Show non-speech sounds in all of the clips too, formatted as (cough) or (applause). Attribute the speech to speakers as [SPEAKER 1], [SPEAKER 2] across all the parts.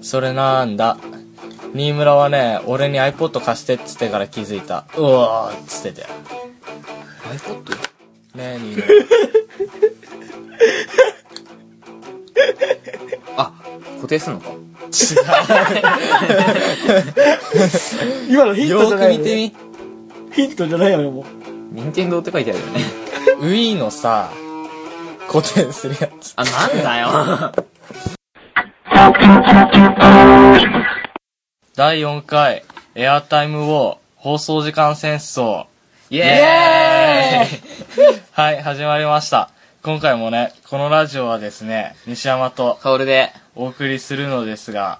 [SPEAKER 1] それなんだ。新村はね、俺に iPod 貸してっつってから気づいた。うわーっつってて。
[SPEAKER 2] iPod?
[SPEAKER 1] ねえ、新
[SPEAKER 3] (laughs)
[SPEAKER 1] 村。
[SPEAKER 2] あ、固定すんのか。
[SPEAKER 3] 今のヒン
[SPEAKER 1] よ
[SPEAKER 3] トじゃな
[SPEAKER 1] ーく見
[SPEAKER 3] いよね、
[SPEAKER 1] て
[SPEAKER 3] ヒントじゃないよね、もう。
[SPEAKER 2] 任天堂って書いてあるよね。
[SPEAKER 1] み。Wii のさ、固定するやつ。
[SPEAKER 2] (laughs) あ、なんだよ。
[SPEAKER 1] 第4回、エアタイムウォー、放送時間戦争。
[SPEAKER 2] (laughs) イエーイ
[SPEAKER 1] はい、始まりました。今回もね、このラジオはですね、西山と
[SPEAKER 2] カオルで、
[SPEAKER 1] お送りするのですが、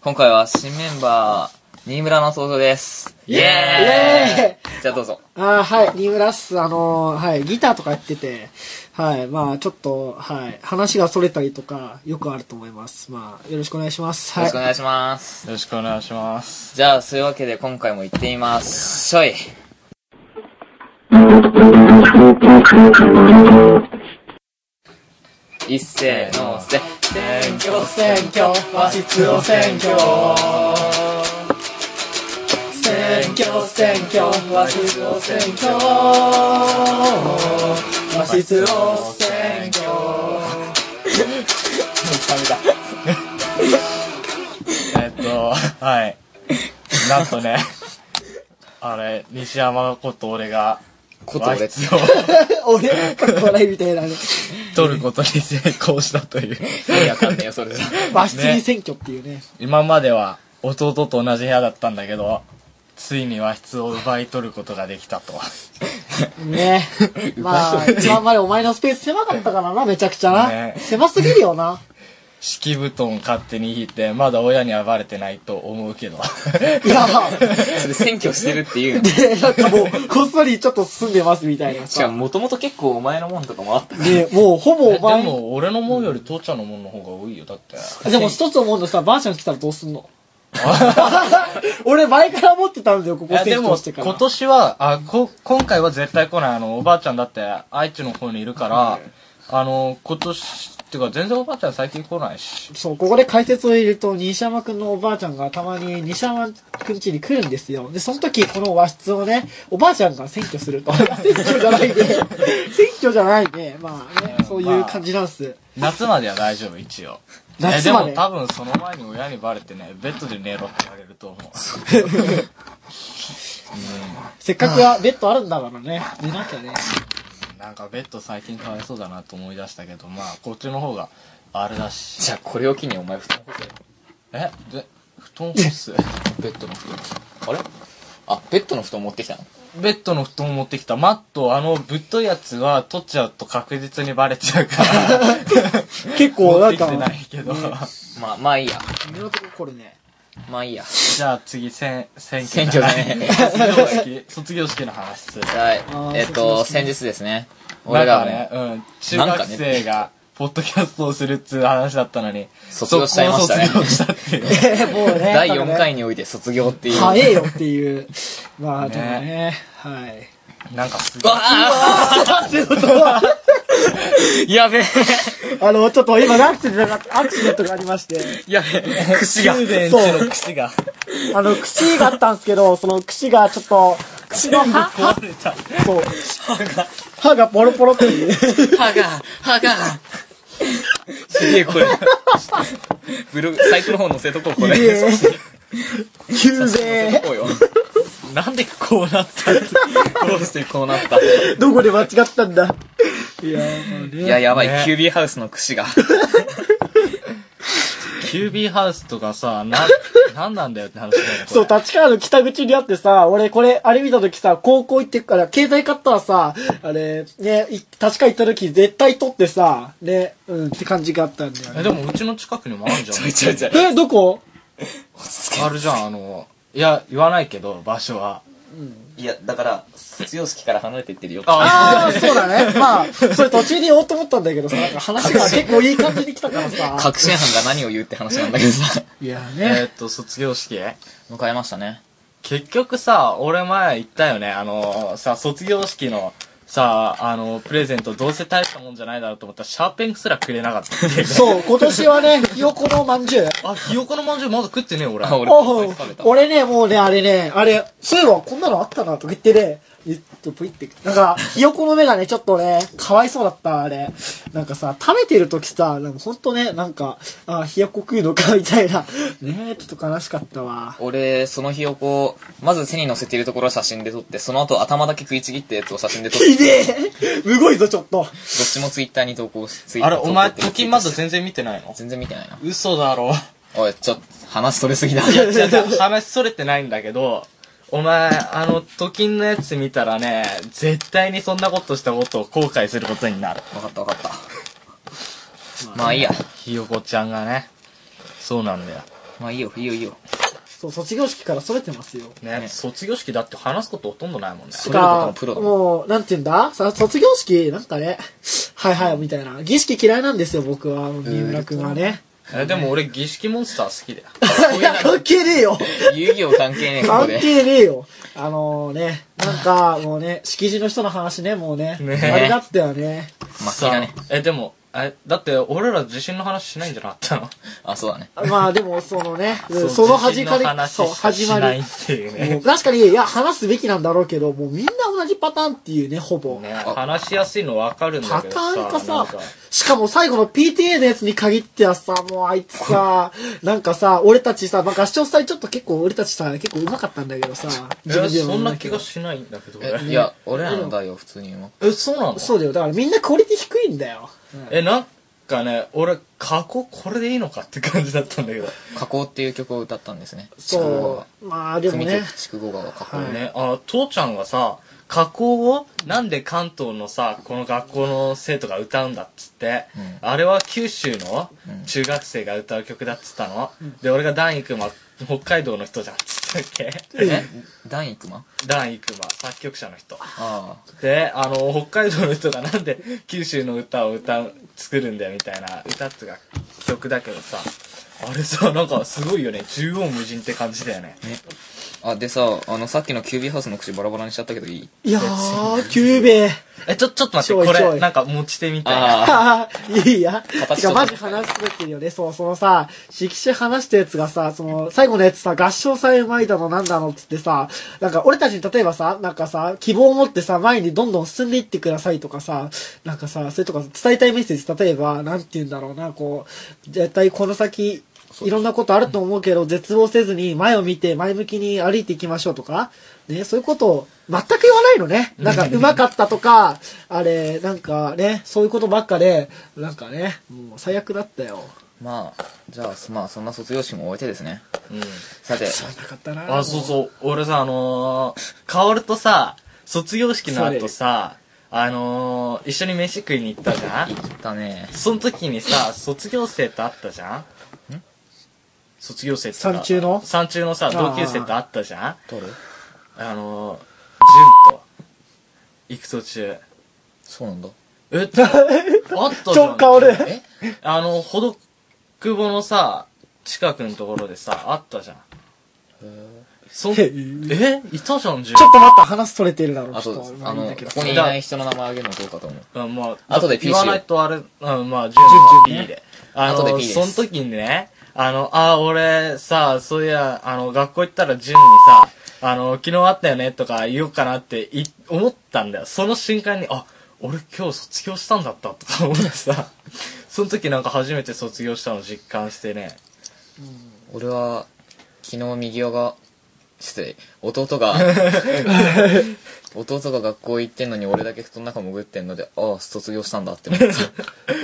[SPEAKER 2] 今回は新メンバー、新村の想像です。イ
[SPEAKER 3] イエ
[SPEAKER 2] エーイじゃあどうぞ。
[SPEAKER 3] (laughs) あーはい、リムラッス、あのーはい、ギターとかやってて、はい、まあ、ちょっと、はい、話がそれたりとか、よくあると思います。まあ、よろしくお願いします。
[SPEAKER 2] よ
[SPEAKER 3] は
[SPEAKER 2] ろ
[SPEAKER 3] い
[SPEAKER 2] しくお。願いします。
[SPEAKER 1] よろしくお願いします。
[SPEAKER 2] じゃあ、そういうわけで今回も行ってみましょい。一せーの、せ、選挙
[SPEAKER 3] 選挙、実を選挙。選挙、選挙、和室を選挙。和室を選挙。
[SPEAKER 1] えっと、はい。なんと
[SPEAKER 3] (laughs)
[SPEAKER 1] ね、あれ、西山こと俺が、
[SPEAKER 2] こと俺
[SPEAKER 1] 和室を
[SPEAKER 3] (laughs) 俺、笑いみたいなね。
[SPEAKER 1] 取ることに成功したという。
[SPEAKER 2] 意味わかんねえよ、それじゃ。
[SPEAKER 3] 和室に選挙っていうね。
[SPEAKER 1] 今までは弟と同じ部屋だったんだけど、ついに和室を奪い取ることができたと。 (laughs)
[SPEAKER 3] ねまあ、一番までお前のスペース狭かったからな、めちゃくちゃな。
[SPEAKER 1] ね
[SPEAKER 3] 狭すぎる
[SPEAKER 1] (laughs)
[SPEAKER 3] よな。
[SPEAKER 1] 敷布団勝手に引いて、まだ親にはバレてないと思うけど。
[SPEAKER 3] いや、
[SPEAKER 2] それ選挙してるっていうの。
[SPEAKER 3] で、なんかもう、こっそりちょっと住んでますみたいな
[SPEAKER 2] しか
[SPEAKER 3] さ。
[SPEAKER 2] も、もともと結構お前のもんとかもあった。
[SPEAKER 3] ねもうほぼ
[SPEAKER 1] で
[SPEAKER 3] お前。で
[SPEAKER 1] も、俺のもんより父ちゃんのもんの方が多いよ、だって。
[SPEAKER 3] も一つ思うのさ、ばあちゃん来たらどう
[SPEAKER 1] (laughs)
[SPEAKER 3] すんの俺前から持ってたんだよ、こ
[SPEAKER 1] い
[SPEAKER 3] こ
[SPEAKER 1] や、で
[SPEAKER 3] 選
[SPEAKER 1] も
[SPEAKER 3] 挙して、から。
[SPEAKER 1] 今年は、あ、こ、今回は絶対来ない。あの、おばあちゃんだって、愛知の方にいるから、あの、今年、っていうか、全然おばあちゃん最近来ないし。
[SPEAKER 3] そう、ここで解説を入れると、西山くんのおばあちゃんがたまに西山くん家に来るんですよ。で、その時、この和室をね、おばあちゃんが占拠す (laughs) ると。占拠じゃないね。占拠じゃないね。まあね、そういう感じなんす。
[SPEAKER 1] 夏までは大丈夫、一応。
[SPEAKER 3] 夏
[SPEAKER 1] え
[SPEAKER 3] ま
[SPEAKER 1] で
[SPEAKER 3] で
[SPEAKER 1] も多分その前に親にバレてね、ベッドで寝ろって言われると思う。
[SPEAKER 3] せっかくはベッドあるんだからね。寝なきゃね。
[SPEAKER 1] なんかベッド最近かわいそうだなと思い出したけど、まあ、こっちの方が、あれだし。
[SPEAKER 2] じゃあ、これを機にお前布団干せよ。
[SPEAKER 1] えで、布団干す
[SPEAKER 2] ベッドの布団。あれあ、ベッドの布団持ってきたの
[SPEAKER 1] ベッドの布団持ってきた。マット、あの、ぶっといやつは取っちゃうと確実にバレちゃうから、
[SPEAKER 3] 結構
[SPEAKER 1] 持っ
[SPEAKER 3] な
[SPEAKER 1] て
[SPEAKER 3] ん
[SPEAKER 1] き
[SPEAKER 3] か、
[SPEAKER 1] てないけど。
[SPEAKER 2] まあ、まあいいや。
[SPEAKER 3] 目のとここれ (laughs) ね。
[SPEAKER 2] まあいいや。
[SPEAKER 1] じゃあ次、選、選
[SPEAKER 2] 選
[SPEAKER 1] 挙
[SPEAKER 2] 挙
[SPEAKER 1] だ
[SPEAKER 2] だ
[SPEAKER 1] ね。
[SPEAKER 2] ね。
[SPEAKER 1] (laughs) 卒業式、卒業式の話する。
[SPEAKER 2] はい。えっと、先日ですね。
[SPEAKER 1] なん
[SPEAKER 2] 俺ら
[SPEAKER 1] か
[SPEAKER 2] は
[SPEAKER 1] ね
[SPEAKER 2] ね、、
[SPEAKER 1] うん、中
[SPEAKER 2] なん
[SPEAKER 1] 学
[SPEAKER 2] かね
[SPEAKER 1] 生が、ポッドキャストをするっつう話だったのに、
[SPEAKER 2] 卒業しちゃいましたね
[SPEAKER 1] 速攻卒業したっていう。
[SPEAKER 3] もうね。
[SPEAKER 2] 第4
[SPEAKER 3] なんかね。
[SPEAKER 2] 回において卒業っていう。
[SPEAKER 3] 早
[SPEAKER 2] い
[SPEAKER 3] えよっていう。まあ、でもね、 (laughs) はい。
[SPEAKER 1] なんかすごい。
[SPEAKER 2] わーやべえ
[SPEAKER 3] (laughs) あの、ちょっと今アクシデントが、アクシデントがありまして。
[SPEAKER 2] やべ (laughs) え
[SPEAKER 1] 口が。
[SPEAKER 3] そう
[SPEAKER 1] の口が。
[SPEAKER 3] あの、櫛があったんですけど、その櫛がちょっと、櫛の歯、
[SPEAKER 1] 壊れた。
[SPEAKER 3] そう、歯がポロポロっていう。
[SPEAKER 2] 歯が、歯が。すげえ、これ。ブログ、サイトの方載せとこう、これ。 (laughs)
[SPEAKER 3] で
[SPEAKER 2] 載、
[SPEAKER 3] ゆう
[SPEAKER 2] せとこうよ。
[SPEAKER 1] なんでこうなったの
[SPEAKER 2] どうしてこうなった
[SPEAKER 3] べどこで間違ったんだ。いやー、もうね。
[SPEAKER 2] いや、やばい、
[SPEAKER 1] ね
[SPEAKER 2] キュービーハウスの櫛が。
[SPEAKER 1] キュービーハウスとかさ、
[SPEAKER 2] (laughs)
[SPEAKER 1] な、なんなんだよって話だよね。これ
[SPEAKER 3] そう、立川の北口にあってさ、俺これ、あれ見た時さ、高校行ってっから、携帯買ったらさ、あれ、ね、い立川行った時絶対撮ってさ、ね、うん、って感じがあったんだよ
[SPEAKER 1] え、
[SPEAKER 3] ね。
[SPEAKER 1] でもうちの近くにもあるじ
[SPEAKER 2] ちょいちょいちょい。
[SPEAKER 3] え、どこ
[SPEAKER 1] ゃん。あるじゃん、あの、いや、言わないけど、場所は。
[SPEAKER 2] いや、だから、卒業式から離れていってるよ。
[SPEAKER 3] ああ、そうだね。まあ、それ途中に言おうと思ったんだけどさ、なんか話が結構いい感じに来たからさ。
[SPEAKER 2] 確信犯が何を言うって話なんだけどさ。
[SPEAKER 3] いやー
[SPEAKER 1] え
[SPEAKER 3] ね。
[SPEAKER 1] ーっと、卒業式
[SPEAKER 2] 迎えましたね。
[SPEAKER 1] 結局さ、俺前言ったよね、あのさ、卒業式のさあ、あの、プレゼントどうせ大したもんじゃないだろうと思ったら、シャーペンすらくれなかったっていうね。
[SPEAKER 3] そう、今年はね、ひよこのまんじゅう。
[SPEAKER 1] (laughs) あ、ひよこのまんじゅうまだ食ってねえ、俺。
[SPEAKER 2] あ、俺、
[SPEAKER 3] おう
[SPEAKER 2] 食べた。
[SPEAKER 3] 俺ね、もうね、あれね、あれ、そういえばこんなのあったなとか言ってね、えっと、ぷいって、なんか、ひよこの目がね、ちょっとね、かわいそうだった、あれ。なんかさ、食べてる時さ、なんかほんとね、なんか、あ、ひよこ食うのか、みたいな。ねえ、ちょっと悲しかったわ。
[SPEAKER 2] 俺、そのひよこ、まず背に乗せているところを写真で撮って、その後頭だけ食いちぎったやつを写真で
[SPEAKER 3] (laughs)
[SPEAKER 2] 撮って、
[SPEAKER 3] ひでえ (laughs) むごいぞ、ちょっと。
[SPEAKER 2] どっちもツイッターに投稿し、ツイッ
[SPEAKER 1] あれ、
[SPEAKER 2] ター
[SPEAKER 1] お前、貯金まだ全然見てないの
[SPEAKER 2] 全然見てないな。
[SPEAKER 1] 嘘だ (laughs) ろ。
[SPEAKER 2] おい、ちょっと、話それすぎだ。
[SPEAKER 1] いや、違う違う話それてないんだけど、お前、あの、貯金のやつ見たらね、絶対にそんなことしたことを後悔することになる。
[SPEAKER 2] わかったわかった。まあいいや。
[SPEAKER 1] ひよこちゃんがね。そうなんだよ。
[SPEAKER 2] まあいいよ、いいよ、いいよ。
[SPEAKER 3] そう、卒業式からそれてますよ。
[SPEAKER 1] ね、
[SPEAKER 2] ね
[SPEAKER 1] 卒業式だって話すことほとんどないもんね。
[SPEAKER 2] それは僕のプロだ
[SPEAKER 3] もう、なんて言うんださ、卒業式、なんかね、はいはい、みたいな。儀式嫌いなんですよ、僕は、三浦くんはね。
[SPEAKER 1] え、でも俺、儀式モンスター好
[SPEAKER 3] (laughs)
[SPEAKER 1] きだよ。
[SPEAKER 3] いや、関係ねえ
[SPEAKER 1] (laughs)
[SPEAKER 3] よ。
[SPEAKER 2] 遊戯王関係ねえ、ここ
[SPEAKER 3] 関
[SPEAKER 2] で。
[SPEAKER 3] 係ねえよ。あのね、なんか、もうね、敷地の人の話ね、もうね。
[SPEAKER 1] ね
[SPEAKER 3] あれだったよね。
[SPEAKER 2] 負けだね。
[SPEAKER 1] さあえ、でも、え、だって俺ら地震の話しないんじゃなかったの
[SPEAKER 2] あ、そうだね。
[SPEAKER 3] まあでも、そ
[SPEAKER 1] (laughs)
[SPEAKER 3] のね、
[SPEAKER 1] う
[SPEAKER 3] その始
[SPEAKER 1] 地震の
[SPEAKER 3] まり、
[SPEAKER 1] 話
[SPEAKER 3] そう、始ま
[SPEAKER 1] しない
[SPEAKER 3] り
[SPEAKER 1] っ。ていう
[SPEAKER 3] も
[SPEAKER 1] ね。
[SPEAKER 3] う確かに、いや、話すべきなんだろうけど、もうみんな同じパターンっていうね、ほぼ。
[SPEAKER 1] ね、話しやすいの分かるんだ
[SPEAKER 3] パ
[SPEAKER 1] け
[SPEAKER 3] タ
[SPEAKER 1] ど
[SPEAKER 3] ーンか
[SPEAKER 1] なん
[SPEAKER 3] さ、しかも最後の PTA のやつに限ってはさ、もうあいつさ、 (laughs) なんかさ、俺たちさ、まあ合唱祭ちょっと結構俺たちさ、結構上手かったんだけどさ、自分
[SPEAKER 1] え
[SPEAKER 3] で言うの
[SPEAKER 1] そ
[SPEAKER 3] も
[SPEAKER 1] ん
[SPEAKER 3] ん
[SPEAKER 1] な
[SPEAKER 3] だ
[SPEAKER 1] 気
[SPEAKER 3] け
[SPEAKER 1] が
[SPEAKER 3] ど
[SPEAKER 1] しないんだけど
[SPEAKER 2] え、
[SPEAKER 1] 俺
[SPEAKER 2] いや、俺らの代よ、普通に。
[SPEAKER 1] え、そうなの
[SPEAKER 3] そうだよ。だからみんなクオリティ低いんだよ。
[SPEAKER 1] え、なんかね、俺、過去これでいいのかって感じだったんだけど。
[SPEAKER 2] 加工っていう曲を歌ったんですね。
[SPEAKER 3] そう。まあで
[SPEAKER 2] う
[SPEAKER 3] も
[SPEAKER 2] 組
[SPEAKER 3] ね
[SPEAKER 2] 曲、、筑後川加工。
[SPEAKER 3] はい
[SPEAKER 1] ね、あ、父ちゃんがさ、加工をなんで関東のさ、この学校の生徒が歌うんだっつって、あれは九州の中学生が歌う曲だっつったの、で、俺がダンイクマ、北海道の人じゃんっつったっけ
[SPEAKER 2] えダンイクマ
[SPEAKER 1] ダンイクマ、作曲者の人。
[SPEAKER 2] あ
[SPEAKER 1] で、あの、北海道の人がなんで九州の歌を歌う、作るんだよみたいな歌っつうか曲だけどさ、あれさ、なんかすごいよね。縦横無尽って感じだよね。
[SPEAKER 2] あ。あ、でさ、あの、さっきのキュービーハウスの口バラバラにしちゃったけどいい
[SPEAKER 3] いやー、キューベ
[SPEAKER 1] え、ちょ、ちょっと待
[SPEAKER 3] ち
[SPEAKER 1] っ
[SPEAKER 3] ょ
[SPEAKER 1] て、
[SPEAKER 3] い
[SPEAKER 1] こ
[SPEAKER 3] ちょ
[SPEAKER 1] れ、
[SPEAKER 3] い
[SPEAKER 1] なんか持ち手みたいな。
[SPEAKER 2] あ
[SPEAKER 3] ははいいや。
[SPEAKER 2] 形
[SPEAKER 3] てか、マジ話すべきよね。そう、そのさ、色紙話したやつがさ、その、最後のやつさ、合唱祭うまいだの、なんだのっつってさ、なんか、俺たちに例えばさ、なんかさ、希望を持ってさ、前にどんどん進んでいってくださいとかさ、なんかさ、それとか伝えたいメッセージ、例えば、なんて言うんだろうな、こう、絶対この先、いろんなことあると思うけど、絶望せずに前を見て前向きに歩いていきましょうとか、ね、そういうことを全く言わないのね。なんか、うまかったとか、あれ、なんかね、そういうことばっかで、なんかね、もう最悪だったよ。
[SPEAKER 2] あ。まあ、じゃあ、まあ、そんな卒業式も終えてですね。
[SPEAKER 1] うん。
[SPEAKER 2] さて、
[SPEAKER 3] そうなかったな。
[SPEAKER 1] あ、そうそう。俺さ、あのー、カオルとさ、卒業式の後さ、あのー、一緒に飯食いに行ったじゃん
[SPEAKER 2] 行ったね。
[SPEAKER 1] その時にさ、卒業生と会ったじゃん卒業生ってさ
[SPEAKER 3] 三中の
[SPEAKER 1] 三中のさ、
[SPEAKER 3] ー
[SPEAKER 1] 同級生と会ったじゃん
[SPEAKER 2] どれ
[SPEAKER 1] あのー、純と、行く途中。
[SPEAKER 2] そうなんだ。
[SPEAKER 1] えっと、あった
[SPEAKER 3] (laughs) ち
[SPEAKER 1] じゃ
[SPEAKER 3] ょ、
[SPEAKER 1] ん。
[SPEAKER 3] 変わる。
[SPEAKER 2] え
[SPEAKER 1] あの、ほどくぼのさ、近くのところでさ、あったじゃん。そん
[SPEAKER 3] (laughs) へ
[SPEAKER 1] えいたじゃん、純
[SPEAKER 3] ちょっと待った、話取れてるだろう。
[SPEAKER 2] あ
[SPEAKER 3] ちょ
[SPEAKER 2] と
[SPEAKER 3] っと、、ま
[SPEAKER 2] あの、
[SPEAKER 3] いいんだ
[SPEAKER 2] こ
[SPEAKER 3] けど
[SPEAKER 2] こにいない人の名前あげるのどうかと思う。
[SPEAKER 1] あまあ、
[SPEAKER 2] 後で PC
[SPEAKER 1] 言わないとあれ、うん、まあ、順
[SPEAKER 3] 順
[SPEAKER 1] P
[SPEAKER 3] 々
[SPEAKER 1] で。あ
[SPEAKER 2] 後で
[SPEAKER 1] の、
[SPEAKER 2] P です
[SPEAKER 1] その時にね、あの、あ、俺、さ、そういや、あの、学校行ったら順にさ、あの、昨日あったよね、とか言おうかなってい、思ったんだよ。その瞬間に、あ、俺今日卒業したんだった、とか (laughs) 思ってさ、その時なんか初めて卒業したの実感してね。
[SPEAKER 2] 俺は、昨日右親が、失礼、弟
[SPEAKER 3] (laughs)
[SPEAKER 2] が、弟が学校行ってんのに俺だけ布団の中潜ってんので、ああ、卒業したんだって思った。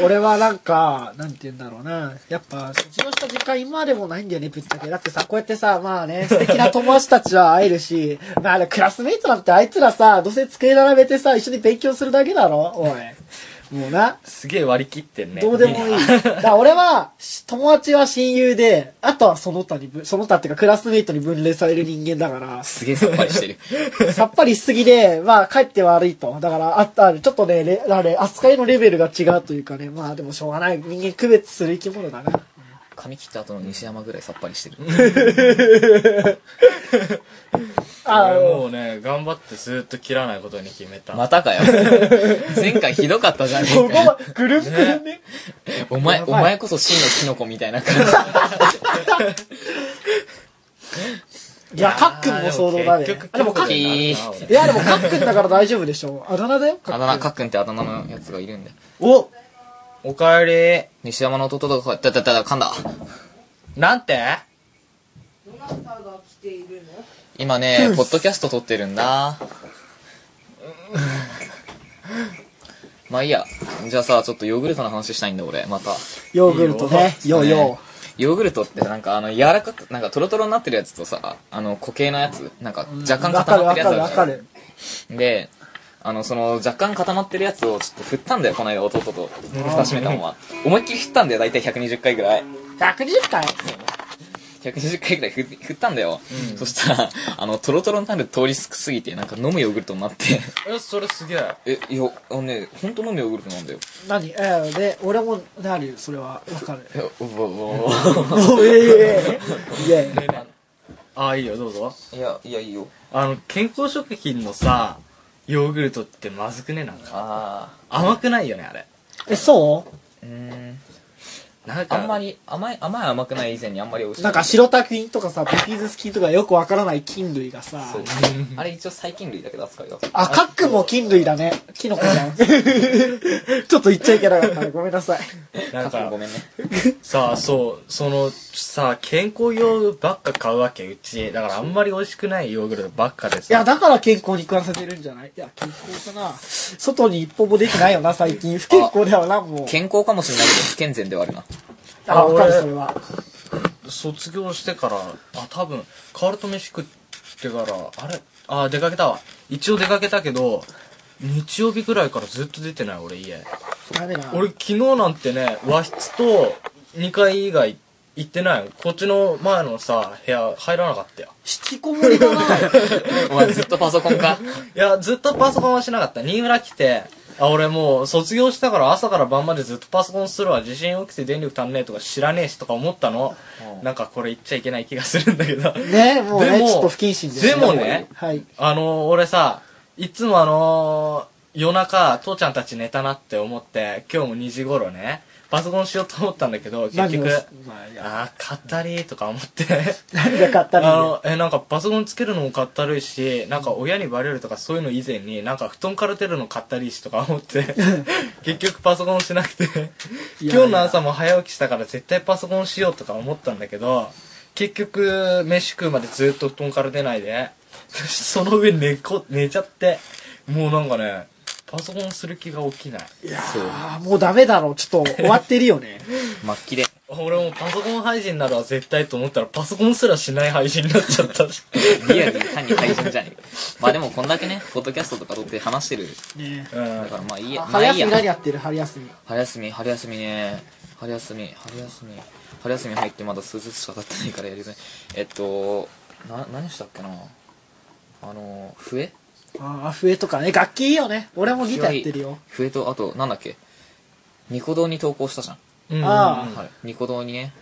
[SPEAKER 3] 俺はなんか、なんて言うんだろうな。やっぱ、卒業した時間今でもないんだよね、ぶっちゃけ。だってさ、こうやってさ、まあね、素敵な友達たちは会えるし、まああれ、クラスメイトなんてあいつらさ、どうせ机並べてさ、一緒に勉強するだけだろ、おい。もうな、
[SPEAKER 1] すげえ割り切ってんね。
[SPEAKER 3] どうでもいい。だから俺は、し友達は親友で、あとはその他に分、その他っていうかクラスメイトに分類される人間だから、
[SPEAKER 2] すげえさっぱりしてる。
[SPEAKER 3] さっぱりしすぎで、まあ、帰って悪いと。だから、あ、あちょっとね、れあれ、扱いのレベルが違うというかね、まあ、でもしょうがない。人間区別する生き物だな。
[SPEAKER 2] 髪切った後の西山ぐらいさっぱりしてる。
[SPEAKER 3] あ
[SPEAKER 1] 俺
[SPEAKER 3] の、
[SPEAKER 1] もうね、頑張ってずっと切らないことに決めた。
[SPEAKER 2] またかよ。前回ひどかったじゃん。
[SPEAKER 3] ここは、ぐるんぐるんね。
[SPEAKER 2] お前、
[SPEAKER 3] や
[SPEAKER 2] お
[SPEAKER 3] ばい
[SPEAKER 2] 前こそ真のキノコみたいな感じ。
[SPEAKER 3] いや、かっくんも想像だね。
[SPEAKER 1] 結局
[SPEAKER 3] あでも、か
[SPEAKER 1] かっ
[SPEAKER 3] っくん。い
[SPEAKER 2] いい
[SPEAKER 3] や、でも、かっくんだから大丈夫でしょ。あだ名だよ、
[SPEAKER 2] あ
[SPEAKER 3] か
[SPEAKER 2] だ名、
[SPEAKER 3] っ
[SPEAKER 2] か
[SPEAKER 3] くん。
[SPEAKER 2] っくんってあだ名のやつがいるんだよ。
[SPEAKER 1] おおかえ
[SPEAKER 2] 西山の弟とか、だだだだ、噛んだ。
[SPEAKER 1] り。なんて
[SPEAKER 4] どなたが来ているの
[SPEAKER 2] 今ね、ポッドキャスト撮ってるんだ。まあいいや。じゃあさ、ちょっとヨーグルトの話したいんだ俺、また。
[SPEAKER 3] ヨーグルトね。ようよ
[SPEAKER 2] ヨーグルトってなんかあの柔らかく、なんかトロトロになってるやつとさ、あの固形のやつ、なんか
[SPEAKER 3] う。
[SPEAKER 2] 若干固まってるやつあるじゃん。
[SPEAKER 3] わかるわかるわかる。
[SPEAKER 2] で、あの、その、若干固まってるやつをちょっと振ったんだよ、この間、弟と。蓋閉めたまま。思いっきり振ったんだよ、だいたい120回ぐらい。
[SPEAKER 3] 120回
[SPEAKER 2] 120回ぐらい振振ったんだよ。そしたら、あの、トロトロになる通りすぎて、なんか飲むヨーグルトになって。
[SPEAKER 1] え、それすげえ。
[SPEAKER 2] え、いや、あのね、ほんと飲むヨーグルトなんだよ。
[SPEAKER 3] 何えー、で、俺もなるよ、それは。わ
[SPEAKER 1] (laughs)
[SPEAKER 3] かる。
[SPEAKER 2] いや、うわ
[SPEAKER 3] おええいえ。
[SPEAKER 1] あ、いいよ、どうぞ。
[SPEAKER 2] いや、いや、いいよ。
[SPEAKER 1] あの、健康食品のさ、ヨーグルトってまずくねなんか。
[SPEAKER 2] あ
[SPEAKER 1] 甘くないよね、あれ。
[SPEAKER 3] え、そう
[SPEAKER 2] ー。うーん。
[SPEAKER 1] なんか、
[SPEAKER 2] あんまり、甘い、甘い甘くない以前にあんまり美味しい。
[SPEAKER 3] なんか、白タクインとかさ、ビフィズス菌とかよくわからない菌類がさ
[SPEAKER 2] そ、う。 (laughs) あれ一応細菌類だけど扱いだ。
[SPEAKER 3] あ、カックも菌類だね。キノ
[SPEAKER 1] (laughs)
[SPEAKER 3] コじゃん。ちょっと言っちゃいけなかったね。ごめんなさい。
[SPEAKER 1] なん
[SPEAKER 2] かっ
[SPEAKER 1] か
[SPEAKER 2] こご、めんね。
[SPEAKER 1] さあ、そう、その、さ、健康用ばっか買うわけ、うち。だからあんまり美味しくないヨーグルトばっかで
[SPEAKER 3] い
[SPEAKER 1] さ。
[SPEAKER 3] や、だから健康に暮らせてるんじゃないいや、健康かな。外に一歩も出てないよな、最近。不健康だよな、もう。
[SPEAKER 2] 健康かもしれないけど、不健全ではあるな。
[SPEAKER 3] あ、わかる、
[SPEAKER 1] 俺
[SPEAKER 3] それは。
[SPEAKER 1] 卒業してから、あ、多分、カールと飯食ってから、あれあ、出かけたわ。一応出かけたけど、日曜日ぐらいからずっと出てない、俺家。
[SPEAKER 3] 何が
[SPEAKER 1] 俺昨日なんてね、和室と2階以外行ってない。こっちの前のさ、部屋入らなかったよ。
[SPEAKER 3] 引きこもりだ
[SPEAKER 1] (laughs)
[SPEAKER 3] な。
[SPEAKER 2] お前ずっとパソコンか。
[SPEAKER 1] いや、ずっとパソコンはしなかった。新村来て、あ、俺もう卒業したから朝から晩までずっとパソコンするわ。地震起きて電力足んねえとか知らねえしとか思ったの。なんかこれ言っちゃいけない気がするんだけど。
[SPEAKER 3] ね、もうね、
[SPEAKER 1] で
[SPEAKER 3] ち
[SPEAKER 1] も
[SPEAKER 3] ょっと不謹慎です
[SPEAKER 1] でもね
[SPEAKER 3] はい。
[SPEAKER 1] あの俺さ、いつもあの夜中、父ちゃんたち寝たなって思って、今日も2時頃ね、パソコンしようと思ったんだけど、結
[SPEAKER 3] 何
[SPEAKER 1] 局、
[SPEAKER 3] をまあい
[SPEAKER 1] あ
[SPEAKER 3] や
[SPEAKER 1] ー、かったりーとか思って、
[SPEAKER 3] 何が買
[SPEAKER 1] あ
[SPEAKER 3] ったの
[SPEAKER 1] の、え、なんかパソコンつけるのもかったるいし、なんか親にバレるとかそういうの以前に、なんか布団から出るのかったりいしとか思
[SPEAKER 3] (laughs)
[SPEAKER 1] って、結局パソコンしなくて、
[SPEAKER 3] いや
[SPEAKER 1] 今日の朝も早起きしたから絶対パソコンしようとか思ったんだけど、結局、飯食うまでずっと布団から出ないで、そしてその上寝こ、寝ちゃって、もうなんかね、パソコンする気が起きない。
[SPEAKER 2] そう。
[SPEAKER 3] あーもうダメだろう。ちょっと終わってるよね。
[SPEAKER 2] 末期で。
[SPEAKER 1] 俺もパソコン配信なら絶対と思ったらパソコンすらしない配信になっちゃった
[SPEAKER 3] (laughs)
[SPEAKER 1] し。
[SPEAKER 2] リアルに単に配信じゃねえか。まあでもこんだけね、ポッドキャストとか撮って話してる。
[SPEAKER 3] (laughs) ね
[SPEAKER 1] うん
[SPEAKER 2] だからまあいい
[SPEAKER 3] あ
[SPEAKER 2] や。まあ
[SPEAKER 3] 春
[SPEAKER 2] いい
[SPEAKER 3] 休
[SPEAKER 2] や
[SPEAKER 3] み。何やってる春休み。
[SPEAKER 2] 春休み、春休みね。春休み、春休み。春休み入ってまだ数日しか経ってないからやりづらい。えっと、な、何したっけなあの、笛
[SPEAKER 3] ああ、笛とかね。楽器いいよね。俺もギターやってるよ。
[SPEAKER 2] 笛と、あと、なんだっけニコ動に投稿したじゃん。
[SPEAKER 1] うん
[SPEAKER 3] ああ
[SPEAKER 2] はい。ニコ動にね、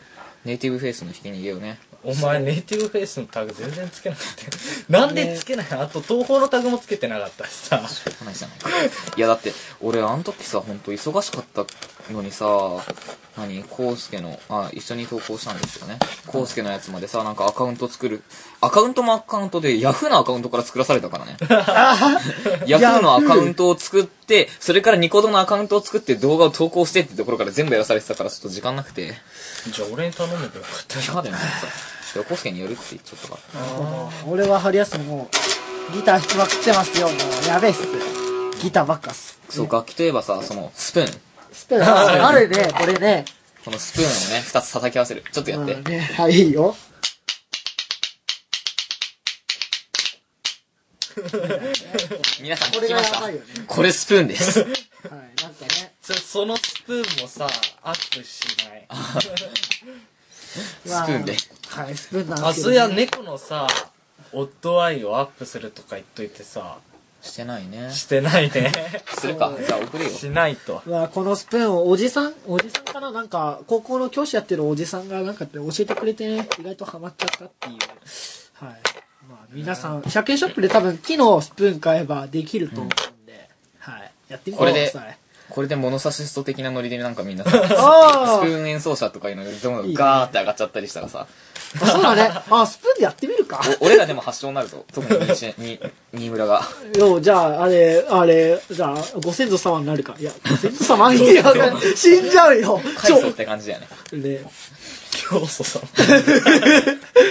[SPEAKER 2] ネイティブフェイスの引き逃げをね。
[SPEAKER 1] お前ネイティブフェイスのタグ全然つけなかったよなんでつけないあと東宝のタグもつけてなかったしさ
[SPEAKER 2] 話じゃないかいやだって俺あの時さ本当忙しかったのにさ何コウスケのあ一緒に投稿したんですよねコウスケのやつまでさなんかアカウント作るアカウントもアカウントでヤフーのアカウントから作らされたから
[SPEAKER 3] (laughs)
[SPEAKER 2] ねヤフーのアカウントを作ってそれからニコ動のアカウントを作って動画を投稿してってところから全部やらされてたからちょっと時間なくて
[SPEAKER 1] じゃあ俺に頼めばよかった
[SPEAKER 2] 嫌だよねさコウスケによるって言っちゃったから
[SPEAKER 3] 俺は春休みもうギター弾きまくってますよ。もうやべえっす。ギターばっかっす。
[SPEAKER 2] そう楽器といえばさそのスプーン
[SPEAKER 3] スペああるね、これね。
[SPEAKER 2] このスプーンをね2つ叩き合わせるちょっとやって、
[SPEAKER 3] うんね、はい、いいよ。
[SPEAKER 2] 皆さん
[SPEAKER 3] こ
[SPEAKER 2] 聞
[SPEAKER 3] れ
[SPEAKER 2] き
[SPEAKER 3] が
[SPEAKER 2] ま
[SPEAKER 3] や
[SPEAKER 2] した
[SPEAKER 3] ばいよね。
[SPEAKER 2] これスプーンです。
[SPEAKER 3] はい、なんかね。
[SPEAKER 1] そそのスプーンもさアップしないあ
[SPEAKER 3] ま
[SPEAKER 2] ス
[SPEAKER 3] あ
[SPEAKER 2] プーンで。
[SPEAKER 3] はい、スプーンなんですけど、
[SPEAKER 1] そういや。猫のさ「オッドアイ」をアップするとか言っといてさ
[SPEAKER 2] (laughs) してないね。
[SPEAKER 1] してない (laughs) ね。
[SPEAKER 2] するか。じゃあ送るよ。
[SPEAKER 1] しないと。
[SPEAKER 3] まあ、このスプーンをおじさん、おじさんかななんか、高校の教師やってるおじさんがなんかって教えてくれてね、意外とハマっちゃったっていう。はい。まあ、皆さん、100円ショップで多分木のスプーン買えばできると思うんで、はい。やってみてくだ
[SPEAKER 2] こ
[SPEAKER 3] さい。
[SPEAKER 2] これでモノサシスト的なノリでなんかみんな (laughs) さ、スプ
[SPEAKER 3] あ
[SPEAKER 2] ーン演奏者とかいうのよりどんどんガーって上がっちゃったりしたらさ、
[SPEAKER 3] あ、そうだね。あ、スプーンでやってみるか。
[SPEAKER 2] お俺らでも発祥になるぞ。特に西に新村が。
[SPEAKER 3] よう、じゃあ、あれ、あれ、じゃあ、ご先祖様になるか。いや、ご先祖様
[SPEAKER 2] (laughs)
[SPEAKER 3] いや、死んじゃうよ。ち
[SPEAKER 2] 快
[SPEAKER 3] ょ
[SPEAKER 2] 祖って感じだよね。
[SPEAKER 3] ね、
[SPEAKER 1] 教祖さん。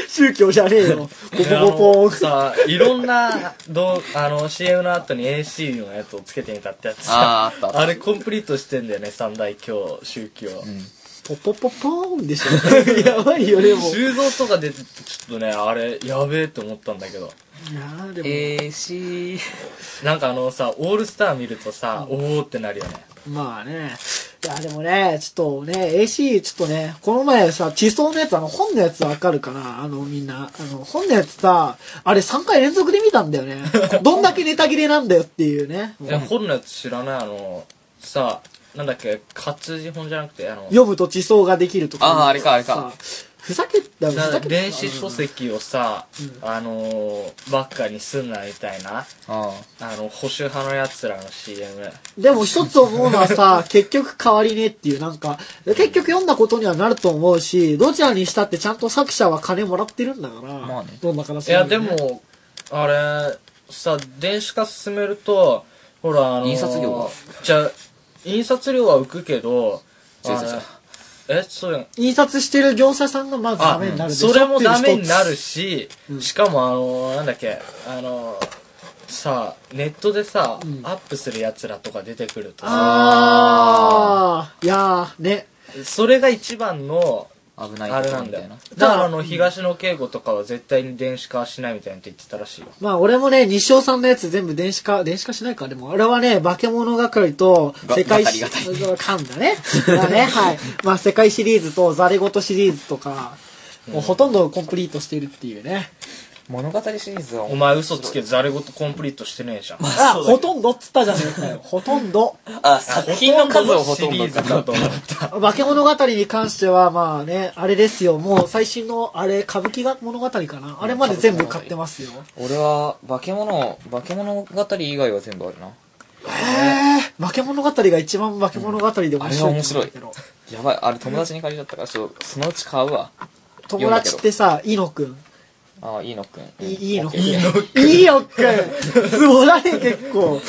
[SPEAKER 3] 宗教じゃねえよ。ポポポポーン。
[SPEAKER 1] さあ、いろんな、どう、あの、CM の後に AC のやつをつけてみたってやつさ。
[SPEAKER 2] あー、あったあった。
[SPEAKER 1] あれコンプリートしてんだよね、三大教、宗教。
[SPEAKER 3] ポポポポーンでしょ。やばいよ、でも。い
[SPEAKER 1] 修造とか出てて、ちょっとね、あれ、やべえと思ったんだけど。
[SPEAKER 3] やーでも、
[SPEAKER 2] えー、しー。
[SPEAKER 1] なんかあのさ、オールスター見るとさ、おーってなるよね。
[SPEAKER 3] まあね。いや、でもね、ちょっとね、AC、ちょっとね、この前さ、地層のやつ、あの、本のやつわかるかなあの、みんな。あの、本のやつさ、あれ3回連続で見たんだよね。どんだけネタ切れなんだよっていうね。
[SPEAKER 1] いや、本のやつ知らない、あの、さ、なんだっけ、活字本じゃなくて、あの、
[SPEAKER 3] 読むと地層ができるとか。
[SPEAKER 2] あーあれかあれか
[SPEAKER 3] さ。ふざけた、ふ
[SPEAKER 1] な
[SPEAKER 3] ざけた。
[SPEAKER 1] 電子書籍をさ、あのー、ばっかにすんなみたいな、
[SPEAKER 2] あ
[SPEAKER 1] あの、保守派のやつらの CM。
[SPEAKER 3] でも一つ思うのは
[SPEAKER 2] (laughs)
[SPEAKER 3] さ、結局変わりねえっていう、なんか、結局読んだことにはなると思うし、どちらにしたってちゃんと作者は金もらってるんだから、
[SPEAKER 2] まあね
[SPEAKER 3] どんな形
[SPEAKER 1] い
[SPEAKER 3] も
[SPEAKER 1] や、
[SPEAKER 3] ね
[SPEAKER 1] で、も、あれ、さ、電子化進めると、ほら、あのー、
[SPEAKER 2] 印刷業が
[SPEAKER 1] じゃあ、印刷量は浮くけど、
[SPEAKER 2] あ。違う違う違
[SPEAKER 1] あ
[SPEAKER 2] う
[SPEAKER 1] れえ、そうやん
[SPEAKER 3] 印刷してる業者さんがまずダ
[SPEAKER 1] あ
[SPEAKER 3] メになるでしょ
[SPEAKER 1] それもダメにな
[SPEAKER 3] っ
[SPEAKER 1] るし、
[SPEAKER 3] うん
[SPEAKER 1] しかもあのーなんだっけあのーさあネットでさ、
[SPEAKER 3] うん
[SPEAKER 1] アップするやつらとか出てくるとさ
[SPEAKER 3] ああーいやー、ね。
[SPEAKER 1] それが一番の
[SPEAKER 2] 危ない
[SPEAKER 1] あれなん
[SPEAKER 2] み
[SPEAKER 1] だ
[SPEAKER 2] た
[SPEAKER 1] よ
[SPEAKER 2] いな。
[SPEAKER 1] だからあの東野圭吾とかは絶対に電子化はしないみたいなって言ってたらしいよ
[SPEAKER 3] まあ俺もね、西尾さんのやつ全部電子化、電子化しないか、でも。あれはね、化け物係と、
[SPEAKER 2] が
[SPEAKER 3] 世界シ
[SPEAKER 2] がたりが
[SPEAKER 3] 噛んだね。だね、はい。まあ世界シリーズと、ザレゴトシリーズとか、もうほとんどコンプリートしてるっていうね。
[SPEAKER 2] 物語シリーズは
[SPEAKER 1] お前嘘つけざれごとコンプリートしてねえじゃん
[SPEAKER 3] あ、ほとんどっつったじゃねえかよ。ほとんど。
[SPEAKER 2] あ、作品の数をほとん
[SPEAKER 1] シリ
[SPEAKER 2] ど
[SPEAKER 1] ーズだと思った
[SPEAKER 3] 化け物語に関しては、まあね、あれですよ。もう最新の、あれ、歌舞伎が物語かな。あれまで全部買ってますよ。
[SPEAKER 2] 俺は、化け物、化け物語以外は全部あるな。
[SPEAKER 3] えー、化け物語が一番化け物語で面白いと思うんだけど。
[SPEAKER 2] やばい、あれ友達に借りちゃったから、ちょっと、そのうち買うわ。
[SPEAKER 3] 友達ってさ、イノくん。
[SPEAKER 2] ああ、いいのくん。うん
[SPEAKER 3] いいいの
[SPEAKER 2] オッ
[SPEAKER 3] く
[SPEAKER 2] ケ
[SPEAKER 3] ん。
[SPEAKER 2] ー
[SPEAKER 3] いいのくん。すごいだね、結構。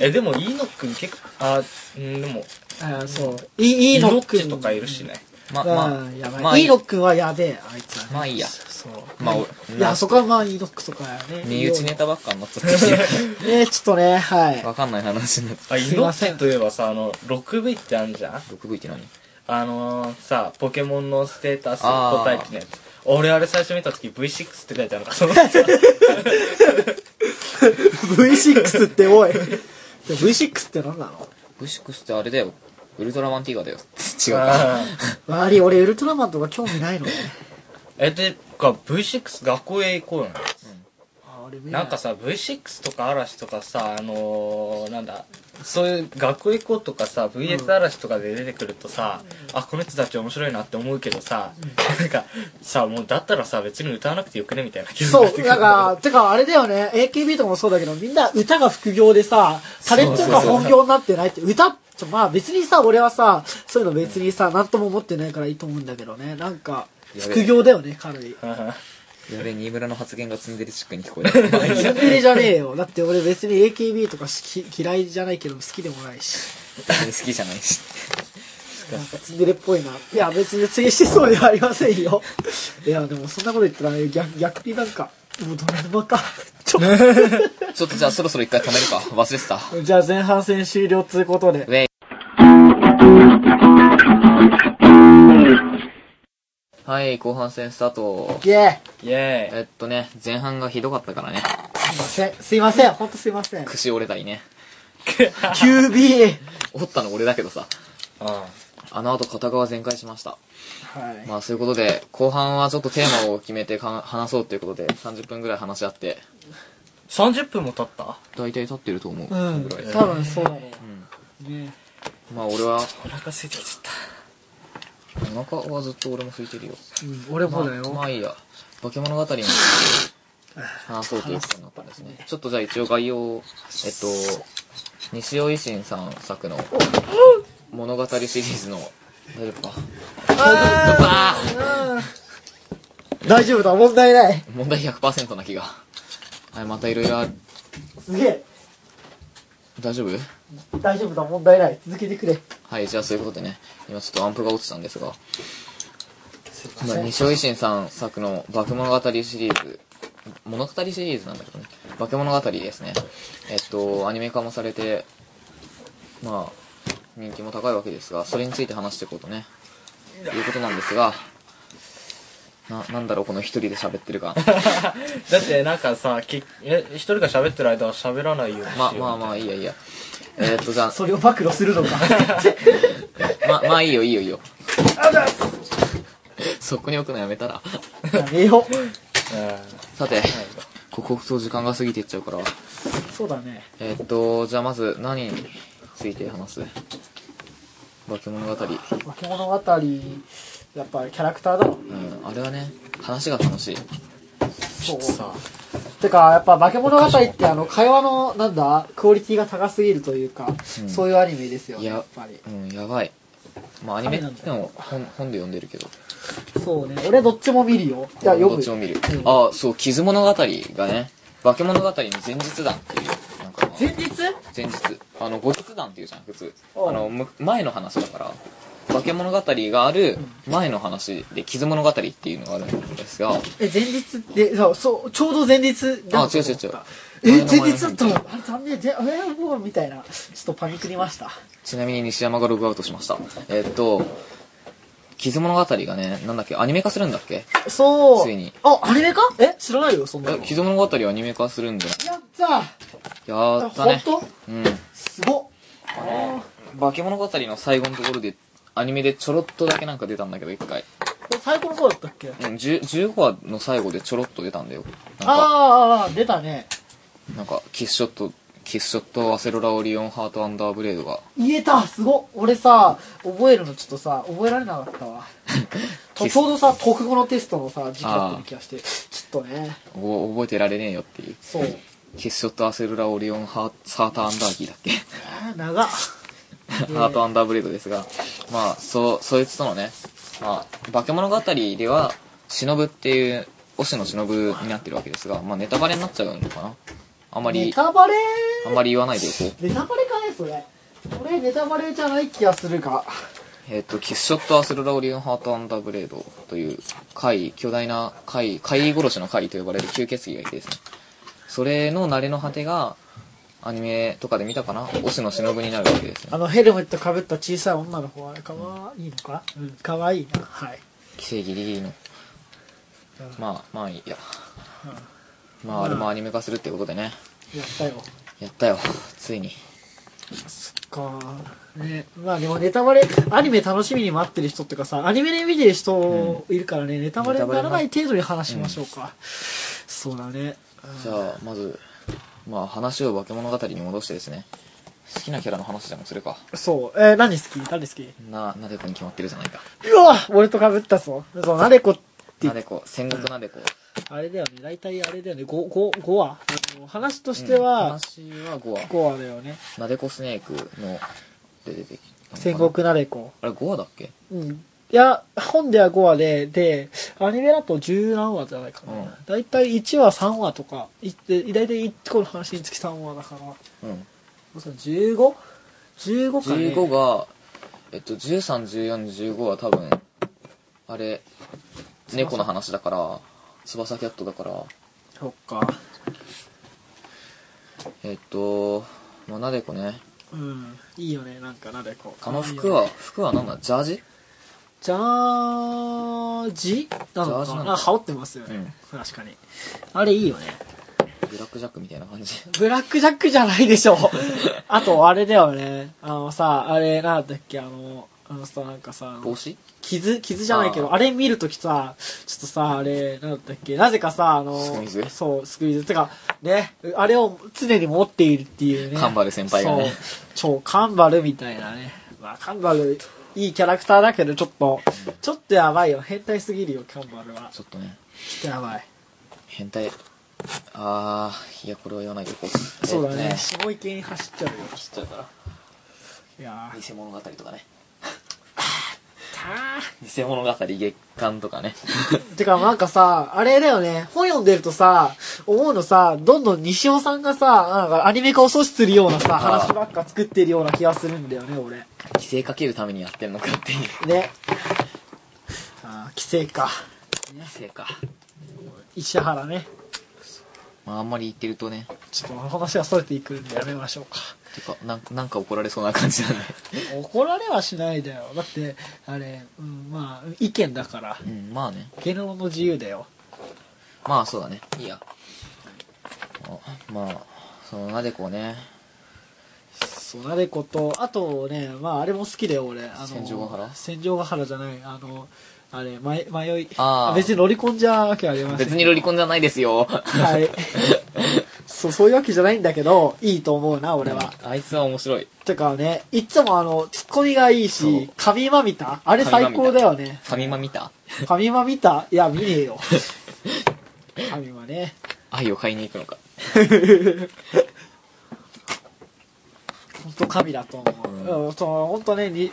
[SPEAKER 1] えでもいいのくん結構あうんでも
[SPEAKER 3] あーそう。いいい
[SPEAKER 1] い
[SPEAKER 3] いの
[SPEAKER 1] の
[SPEAKER 3] く
[SPEAKER 1] く
[SPEAKER 3] ん。
[SPEAKER 1] んとかいるしね
[SPEAKER 2] まあ、
[SPEAKER 3] あ
[SPEAKER 2] ま
[SPEAKER 3] ー。や
[SPEAKER 2] ま
[SPEAKER 3] ば
[SPEAKER 2] あい
[SPEAKER 3] い。い
[SPEAKER 2] い
[SPEAKER 3] いのくんはやべえ、あいつは
[SPEAKER 2] あ、まあいいや。
[SPEAKER 3] そう。
[SPEAKER 2] まあ、
[SPEAKER 3] いや、
[SPEAKER 2] 俺、
[SPEAKER 3] そこはまあ、いいのくとかやね。
[SPEAKER 2] 身内ネタばっかになっちゃったし、
[SPEAKER 3] ね、ちょっとね、はい。
[SPEAKER 2] (laughs) わかんない話になっ
[SPEAKER 1] あ
[SPEAKER 3] すい
[SPEAKER 1] イ
[SPEAKER 3] ま
[SPEAKER 1] ノ
[SPEAKER 3] せん
[SPEAKER 1] くんといえばさあの 6V ってあるじゃん
[SPEAKER 2] た。6V って何
[SPEAKER 1] あのー、さ、ポケモンのステータス
[SPEAKER 2] あー
[SPEAKER 1] 答えてね。俺あれ最初見た時 V6 って書いてあるのかと
[SPEAKER 3] V6 っておい。で V6 って何なの
[SPEAKER 2] ?V6 ってあれだよ。ウルトラマンティガーだよ。 (laughs) 違う
[SPEAKER 1] (laughs)
[SPEAKER 2] か。
[SPEAKER 1] あー
[SPEAKER 3] わり、俺ウルトラマンとか興味ないのね。
[SPEAKER 1] え、てか V6 学校へ行こうよ
[SPEAKER 3] あ俺見
[SPEAKER 1] な。なんか
[SPEAKER 3] い、
[SPEAKER 1] さ、V6 とか嵐とかさ、あのー、なんだ、そういう学校へ行こうとかさ、VS 嵐とかで出てくるとさ、あ、この人たち面白いなって思うけどさ、なんかさ、もうだったらさ、別に歌わなくてよくねみたいな気分にな
[SPEAKER 3] そ
[SPEAKER 1] って
[SPEAKER 3] う、
[SPEAKER 1] くる
[SPEAKER 3] だから、てかあれだよね、AKB とかもそうだけど、みんな歌が副業でさ、タレントが本業になってないって、歌、ちょまあ別にさ、俺はさ、そういうの別にさ、なんとも思ってないからいいと思うんだけどね、なんか、
[SPEAKER 2] やべえ
[SPEAKER 3] 副業だよね、軽い。
[SPEAKER 1] (laughs)
[SPEAKER 2] やべえ、新村の発言がツンデレチックに聞こえる。まあいい
[SPEAKER 3] ツ
[SPEAKER 2] や
[SPEAKER 3] ンデレじゃねえよ。だって俺別に AKB とかしき嫌いじゃないけど好きでもないし。
[SPEAKER 2] 別に好きじゃないし。
[SPEAKER 3] なんかツンデレっぽいな。いや別に制してそうではありませんよ。いやでもそんなこと言ったら逆逆になんか、もうドラマか。ちょ
[SPEAKER 2] ちょっとじゃあそろそろ一回止めるか。忘れてた。
[SPEAKER 3] じゃあ前半戦終了ということで
[SPEAKER 2] ウ。ェイ。はい、後半戦スタート。
[SPEAKER 3] イエ
[SPEAKER 1] イェーイ。
[SPEAKER 2] えっとね、前半がひどかったからね。 (laughs)
[SPEAKER 3] ーイすいません。すいません。ほんとすいません。
[SPEAKER 2] 串折れたりね。
[SPEAKER 3] QB!
[SPEAKER 2] 折ったの俺だけどさ。
[SPEAKER 1] あ
[SPEAKER 2] あの後片側全開しました。
[SPEAKER 3] はい。
[SPEAKER 2] まあそういうことで、後半はちょっとテーマを決めてか話そうということで、30分ぐらい話し合って、
[SPEAKER 1] 30分も経った
[SPEAKER 2] 大体立ってると思う。
[SPEAKER 3] うん。
[SPEAKER 2] ぐらい。
[SPEAKER 3] 多分そうだろう。ね
[SPEAKER 2] まあ俺は、
[SPEAKER 1] お腹空いてきちゃっ
[SPEAKER 2] お腹はずっと俺も空いてるよ。
[SPEAKER 3] うん、俺もだよ。
[SPEAKER 2] まあいいや。化け物語も話そうということになったんですね。ちょっとじゃあ一応概要を、えっと、西尾維新さん作の物語シリーズの、大丈夫か
[SPEAKER 3] 大丈夫だ、問題ない。
[SPEAKER 2] (laughs) 問題100%な気が。はい、またいろいろある。
[SPEAKER 3] すげえ。
[SPEAKER 2] 大丈夫
[SPEAKER 3] 大丈夫だ、問題ない。続けてくれ。
[SPEAKER 2] はい、じゃあそういうことでね、今ちょっとアンプが落ちたんですが、まあ、西尾維新さん作の「化け物語」シリーズ、物語シリーズなんだけどね、化け物語ですね。えっと、アニメ化もされて、まあ、人気も高いわけですが、それについて話していこうとね、いうことなんですが、な、なんだろう、この一人で喋ってる (laughs) 感。
[SPEAKER 1] ただってなんかさきえ一人が喋ってる間は喋らないようにしよう
[SPEAKER 2] まあまあまあ、いいやいいや。えっと、じゃあ、
[SPEAKER 3] それを暴露するのか。
[SPEAKER 2] ま、まあいいよいいよいいよ。
[SPEAKER 3] あだ
[SPEAKER 2] そこに置くのやめたら。
[SPEAKER 3] (laughs) やめよう。
[SPEAKER 2] さて、刻々と時間が過ぎていっちゃうから、
[SPEAKER 3] そうだね。
[SPEAKER 2] えーっと、じゃあまず何について話す化け物語。う
[SPEAKER 3] 化け物語、やっぱキャラクターだろ。
[SPEAKER 2] ん、あれはね、話が楽しい。
[SPEAKER 3] そう。
[SPEAKER 1] うんさ
[SPEAKER 3] てか、やっぱ化け物語ってあの、会話の、なんだ、クオリティが高すぎるというか、
[SPEAKER 2] うん
[SPEAKER 3] そういうアニメですよね、
[SPEAKER 2] いや
[SPEAKER 3] やっぱり。
[SPEAKER 2] うん、やばい。まあアニメ
[SPEAKER 3] あれ
[SPEAKER 2] っ
[SPEAKER 3] なんだ
[SPEAKER 2] ての本本で読んでるけど、
[SPEAKER 3] そうね。俺どっちも見るよ。いや、読
[SPEAKER 2] ど
[SPEAKER 3] む
[SPEAKER 2] っちも見る
[SPEAKER 3] う。ん
[SPEAKER 2] ああ、そう、傷物語がね、化け物語の前日談っていう、なんか、
[SPEAKER 3] 前日
[SPEAKER 2] 前日。あの、後日談っていうじゃん、普通。
[SPEAKER 3] うん
[SPEAKER 2] あの、む前の話だから、化け物語がある前の話で、傷物語っていうのがあるんですが、
[SPEAKER 3] え、前日って、そう、そう、ちょうど前日だと思った
[SPEAKER 2] あ違う違う違う
[SPEAKER 3] え、前日だったのあれ、残念、ぜえー、もうみたいな。ちょっとパニクりました。
[SPEAKER 2] ちなみに西山がログアウトしました。えーっと、傷物語がね、なんだっけ、アニメ化するんだっけ
[SPEAKER 3] そう。
[SPEAKER 2] ついに
[SPEAKER 3] あ、アニメかえ知らないよ、そんな
[SPEAKER 2] え
[SPEAKER 3] の。
[SPEAKER 2] 傷物語アニメ化するんだよ。
[SPEAKER 3] やった
[SPEAKER 2] や
[SPEAKER 3] ー
[SPEAKER 2] ったね。
[SPEAKER 3] ほんと
[SPEAKER 2] うん。
[SPEAKER 3] すごっ。
[SPEAKER 2] 化け物語の最後のところで、アニメでちょろっとだけなんか出たんだけど、一回。
[SPEAKER 3] これ最高の方だったっけ
[SPEAKER 2] うん、10 15話の最後でちょろっと出たんだよ。なんか、
[SPEAKER 3] あーあー、出たね。
[SPEAKER 2] なんか、キスショット、キスショット、アセロラ、オリオン、ハート、アンダーブレードが、
[SPEAKER 3] 言えたすごっ俺さ、覚えるのちょっとさ、覚えられなかっ
[SPEAKER 2] (laughs)
[SPEAKER 3] たわ。と
[SPEAKER 2] キス
[SPEAKER 3] ちょうどさ、国語のテストのさ、時期だったような気がして、ちょっとね、
[SPEAKER 2] お覚えてられねえよっていう。
[SPEAKER 3] そう。
[SPEAKER 2] キスショット、アセロラ、オリオン、ハート、サーターアンダーギーだっけ
[SPEAKER 3] あー長っ。
[SPEAKER 2] (laughs) ハートアンダーブレードですが、まあ、そう、そいつとのね、まあ、化け物語では、忍っていう、押野忍になってるわけですが、まあ、ネタバレになっちゃうのかなあんま
[SPEAKER 3] ネ
[SPEAKER 2] り、
[SPEAKER 3] タバレ
[SPEAKER 2] あんまり言わないでおこう。
[SPEAKER 3] ネタバレかねそれ。これネタバレじゃない気がするが。
[SPEAKER 2] えっ、と、キスショットアスロラオリオンハートアンダーブレードという怪、巨大な怪、怪異殺しの怪と呼ばれる吸血鬼がいてですね。それの慣れの果てが、アニメとかで見たかな押野忍になるわけですね
[SPEAKER 3] あ。の、ヘルメット被った小さい女の方は、かわいいのかうん、かわいいな。はい。
[SPEAKER 2] 規制ギリギリの、
[SPEAKER 3] うん
[SPEAKER 2] まあまあいいや、まああれもアニメ化するってことでね
[SPEAKER 3] やったよ。
[SPEAKER 2] やったよ (laughs) ついに
[SPEAKER 3] かね、まあでもネタバレ、アニメ楽しみに待ってる人っていうかさ、アニメで見てる人いるからね、ネタバレにならない程度に話しましょうか。そうだね。
[SPEAKER 2] じゃあまずまあ話を化け物語に戻してですね好きなキャラの話でもするか
[SPEAKER 3] そう。えー何好き誰好き
[SPEAKER 2] ななでこに決まってるじゃないか
[SPEAKER 3] うわ俺と被ったぞ。そう、なでこって
[SPEAKER 2] な、でこ戦国なでこ、
[SPEAKER 3] あれだよね、大体あれだよね、5、五五話。あの話としては、
[SPEAKER 2] 話は5話
[SPEAKER 3] 5話だよね。
[SPEAKER 2] なでこスネークので出てきた
[SPEAKER 3] 戦
[SPEAKER 2] のかな
[SPEAKER 3] 国なでこ。
[SPEAKER 2] あれ5話だっけ
[SPEAKER 3] うん。いや、本では5話で、で、アニメだと十何話じゃないかな。
[SPEAKER 2] うん
[SPEAKER 3] だいたい1話3話とか、いでだいたい1個の話につき3話だから、
[SPEAKER 2] うん
[SPEAKER 3] そう 15?15 かね。
[SPEAKER 2] 15が、えっと、131415は多分あれ猫の話だから翼キャットだから
[SPEAKER 3] そっか。
[SPEAKER 2] えっとまあなでこね
[SPEAKER 3] うん。いいよね、なんかなでこう。
[SPEAKER 2] あの服
[SPEAKER 3] 可愛いよ
[SPEAKER 2] は
[SPEAKER 3] ね
[SPEAKER 2] 服は何だジャージ
[SPEAKER 3] ジャージなの
[SPEAKER 2] ジャージなの
[SPEAKER 3] かな
[SPEAKER 2] か
[SPEAKER 3] あ、羽織ってますよね。
[SPEAKER 2] うん
[SPEAKER 3] 確かに。あれいいよね。
[SPEAKER 2] ブラックジャックみたいな感じ
[SPEAKER 3] ブラックジャッ
[SPEAKER 2] (laughs)
[SPEAKER 3] クじゃないでしょ。あと、あれだよね。あのさ、あれ、なんだっけ、あの、あのさ、なんかさ、
[SPEAKER 2] 帽子
[SPEAKER 3] 傷、傷じゃないけど、
[SPEAKER 2] あ
[SPEAKER 3] あれ見るときさ、ちょっとさ、あれ、なんだったっけ、なぜかさ、あの、
[SPEAKER 2] スクイーズ
[SPEAKER 3] そう、スクイーズ。てか、ね、あれを常に持っているっていうね。
[SPEAKER 2] カンバル先輩がね
[SPEAKER 3] そう、超カンバルみたいなね。まあ、カンバル、いいキャラクターだけど、ちょっと、ちょっとやばいよ。変態すぎるよ、カンバルは。ちょ
[SPEAKER 2] ちょっとね
[SPEAKER 3] っとやばい。
[SPEAKER 2] 変態あーいやこれは言わないでおこう
[SPEAKER 3] そうだ
[SPEAKER 2] えっと
[SPEAKER 3] ね。下池に走っちゃうよ。
[SPEAKER 2] 知っちゃうから
[SPEAKER 3] いやー、
[SPEAKER 2] 偽物語とかね
[SPEAKER 3] たー。
[SPEAKER 2] 偽物語月刊とかね (laughs)
[SPEAKER 3] てかなんかさ、あれだよね、本読んでるとさ、思うのさ、どんどん西尾さんがさ、なんかアニメ化を阻止するようなさ、
[SPEAKER 2] あー
[SPEAKER 3] 話ばっか作ってるような気がするんだよね、俺。
[SPEAKER 2] 規制かけるためにやってんのかっていう
[SPEAKER 3] ね。ああ、規制か。
[SPEAKER 2] 規制か
[SPEAKER 3] 石原ね。
[SPEAKER 2] まああんまり言ってるとね
[SPEAKER 3] ちょっと話が逸れていくんでやめましょうか。
[SPEAKER 2] てかなんなんか怒られそうな感じだね
[SPEAKER 3] 怒られはしないだよ。だって、あれ、うん、まあ、意見だから。
[SPEAKER 2] うんまあね
[SPEAKER 3] 芸能の自由だよ。
[SPEAKER 2] まあそうだねいいやあまあそのなでこね
[SPEAKER 3] そうなでことあとねまああれも好きだよ俺あの
[SPEAKER 2] 戦場ヶ原
[SPEAKER 3] 戦場ヶ原じゃないあのあれ迷迷い
[SPEAKER 2] あー
[SPEAKER 3] 別に乗り込んじゃうわけありません
[SPEAKER 2] 別にロリコンじゃないですよ
[SPEAKER 3] はい (laughs) そうそういうわけじゃないんだけどいいと思うな俺は、
[SPEAKER 2] あいつは面白い
[SPEAKER 3] てかねいっつもあのツッコミがいいし神まみたあれ最高だよね
[SPEAKER 2] ファミマ見た
[SPEAKER 3] 神まみたいや見ねえ (laughs) よ神はね
[SPEAKER 2] 愛を買いに行くのか
[SPEAKER 3] 本当神だと思う、うん、その本当ねに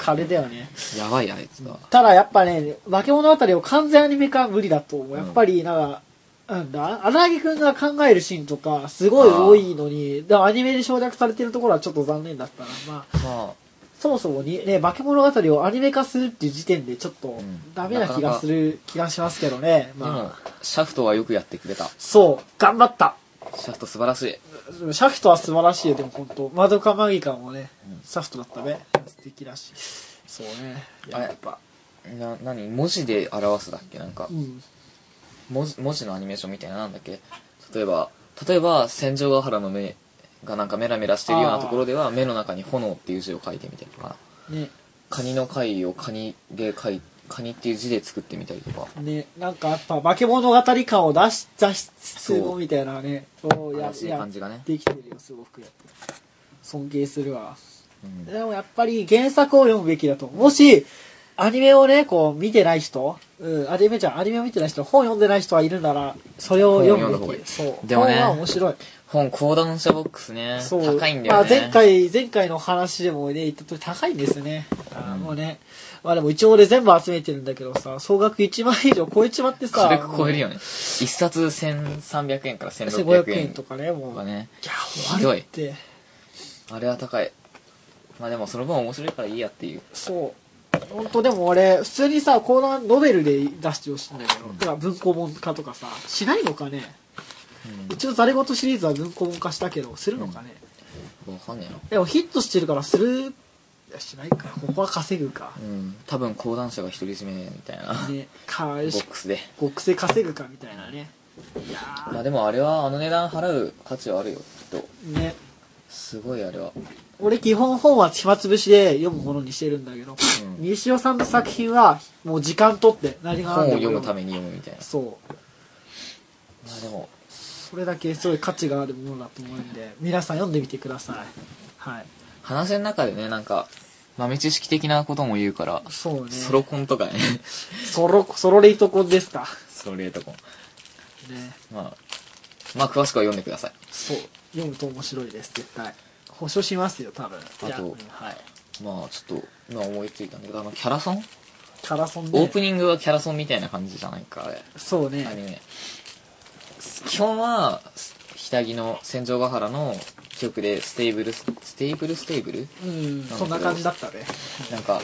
[SPEAKER 3] 彼だよね
[SPEAKER 2] やばいあいつは
[SPEAKER 3] ただやっぱね、化け物語を完全アニメ化は無理だと思う。やっぱり、なんか、なんだ、荒木くんが考えるシーンとか、すごい多いのに、だからアニメで省略されてるところはちょっと残念だったな。まあ、
[SPEAKER 2] ま
[SPEAKER 3] そもそもにね、化け物語をアニメ化するっていう時点でちょっと
[SPEAKER 2] ん
[SPEAKER 3] ダメな気がする気がしますけどね。
[SPEAKER 2] あでも
[SPEAKER 3] まあ、
[SPEAKER 2] シャフトはよくやってくれた
[SPEAKER 3] そう、頑張った
[SPEAKER 2] シャフト素晴らしい
[SPEAKER 3] シャフトは素晴らしいよ、でも本当マドカマギカもね、シャフトだったね。素敵だし。そうね。
[SPEAKER 2] あやっぱな何文字で表すだっけなんか
[SPEAKER 3] うん。
[SPEAKER 2] 文字文字のアニメーションみたいななんだっけ例えば例えば戦場ヶ原の目がなんかメラメラしてるようなところでは目の中に炎っていう字を書いてみたりとか
[SPEAKER 3] ね。
[SPEAKER 2] カニの貝をカニで書いカニっていう字で作ってみたりとか
[SPEAKER 3] ね、なんかやっぱ化け物語感を出し出しつつ
[SPEAKER 2] そ
[SPEAKER 3] も
[SPEAKER 2] う
[SPEAKER 3] みたいなねをや
[SPEAKER 2] 怪しい感じが
[SPEAKER 3] や
[SPEAKER 2] ね
[SPEAKER 3] っ、てきてるよすごく尊敬するわ
[SPEAKER 2] うん
[SPEAKER 3] でもやっぱり原作を読むべきだともしアニメをねこう見てない人、うん、アニメじゃんアニメを見てない人本読んでない人がいるならそれを読む
[SPEAKER 2] 本を読んだ方が
[SPEAKER 3] べ
[SPEAKER 2] い
[SPEAKER 3] き
[SPEAKER 2] い
[SPEAKER 3] そう
[SPEAKER 2] でもね
[SPEAKER 3] 本は面白い
[SPEAKER 2] 本講談社ボックスね
[SPEAKER 3] そう
[SPEAKER 2] 高いんだよね、
[SPEAKER 3] まあ、前回前回の話でもね言ったとり高いんですねあーもうねまあでも一応俺全部集めてるんだけどさ総額1万以上超えちまってさ
[SPEAKER 2] 軽く超えるよね一冊1300円から1600
[SPEAKER 3] 1500
[SPEAKER 2] 円
[SPEAKER 3] 円とかね、もう。
[SPEAKER 2] かね
[SPEAKER 3] いや、終わるって。
[SPEAKER 2] あれは高いまあでもその分面白いからいいやっていう
[SPEAKER 3] そう。本当でも俺、普通にさ、コーナーノベルで出してほしいんだけど、てか文庫本化とかさ、しないのかね、うちのざれ言シリーズは文庫本化したけど、するのかね、
[SPEAKER 2] わかんねえな
[SPEAKER 3] でもヒットしてるからする、いやしないか。ここは稼ぐか。
[SPEAKER 2] うん多分講談社が独り占めみたいな
[SPEAKER 3] ね、か、
[SPEAKER 2] ボ
[SPEAKER 3] し
[SPEAKER 2] ッ、クスで
[SPEAKER 3] 極性稼ぐかみたいなね。いや
[SPEAKER 2] まあでもあれはあの値段払う価値はあるよきっと
[SPEAKER 3] ーね。
[SPEAKER 2] すごいあれは
[SPEAKER 3] 俺基本本は暇つぶしで読むものにしてるんだけど、
[SPEAKER 2] うん
[SPEAKER 3] 西尾さんの作品はもう時間取って何が
[SPEAKER 2] 本を読むた
[SPEAKER 3] め
[SPEAKER 2] めに読むみたいな
[SPEAKER 3] そう
[SPEAKER 2] まあでも
[SPEAKER 3] それだけすごい価値があるものだと思うんで皆さん読んでみてくださいはい
[SPEAKER 2] 話の中でねなんか豆知識的なことも言うから
[SPEAKER 3] そうね
[SPEAKER 2] ソロコンとかね (laughs)
[SPEAKER 3] ソロソロレイトコンですか
[SPEAKER 2] ソロレートコン
[SPEAKER 3] ね
[SPEAKER 2] まあまあ詳しくは読んでください
[SPEAKER 3] そう読むと面白いです絶対保証しますよ多分あ
[SPEAKER 2] と
[SPEAKER 3] はい
[SPEAKER 2] まあちょっと今思いついたんだけどあのキャラソン
[SPEAKER 3] カラソンで
[SPEAKER 2] オープニングはキャラソンみたいな感じじゃないかあれ
[SPEAKER 3] そう
[SPEAKER 2] アニ
[SPEAKER 3] ね
[SPEAKER 2] メ基本は下着の戦場ヶ原の曲でステイブルスステイブルステイブル
[SPEAKER 3] うんそんな感じだったね
[SPEAKER 2] なんか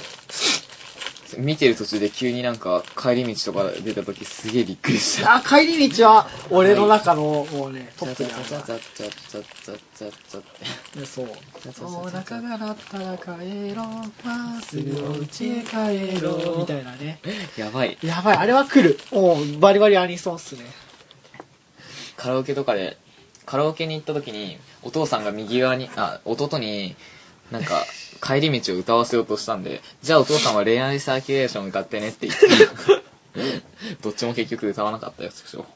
[SPEAKER 2] 見てる途中で急になんか帰り道とか出た時すげえびっくりした
[SPEAKER 3] あ帰り道は俺の中のもうねト
[SPEAKER 2] チャ
[SPEAKER 3] ッ
[SPEAKER 2] チ
[SPEAKER 3] プ
[SPEAKER 2] ャ
[SPEAKER 3] に
[SPEAKER 2] チ
[SPEAKER 3] あ
[SPEAKER 2] ャ
[SPEAKER 3] る
[SPEAKER 2] チ
[SPEAKER 3] な
[SPEAKER 2] ャチャチャチャチャチャチャって
[SPEAKER 3] ねそう
[SPEAKER 2] お腹
[SPEAKER 3] が鳴ったら帰ろう
[SPEAKER 2] すぐお家へ
[SPEAKER 3] 帰ろうみたいなね
[SPEAKER 2] やばい
[SPEAKER 3] やばいあれは来るもうバリバリアニソンっすね
[SPEAKER 2] カラオケとかでカラオケに行った時にお父さんが右側にあ弟になんか、帰り道を歌わせようとしたんで、じゃあお父さんは恋愛サーキュレーション歌ってねって言って、
[SPEAKER 3] (laughs)
[SPEAKER 2] どっちも結局歌わなかったやつでしょ。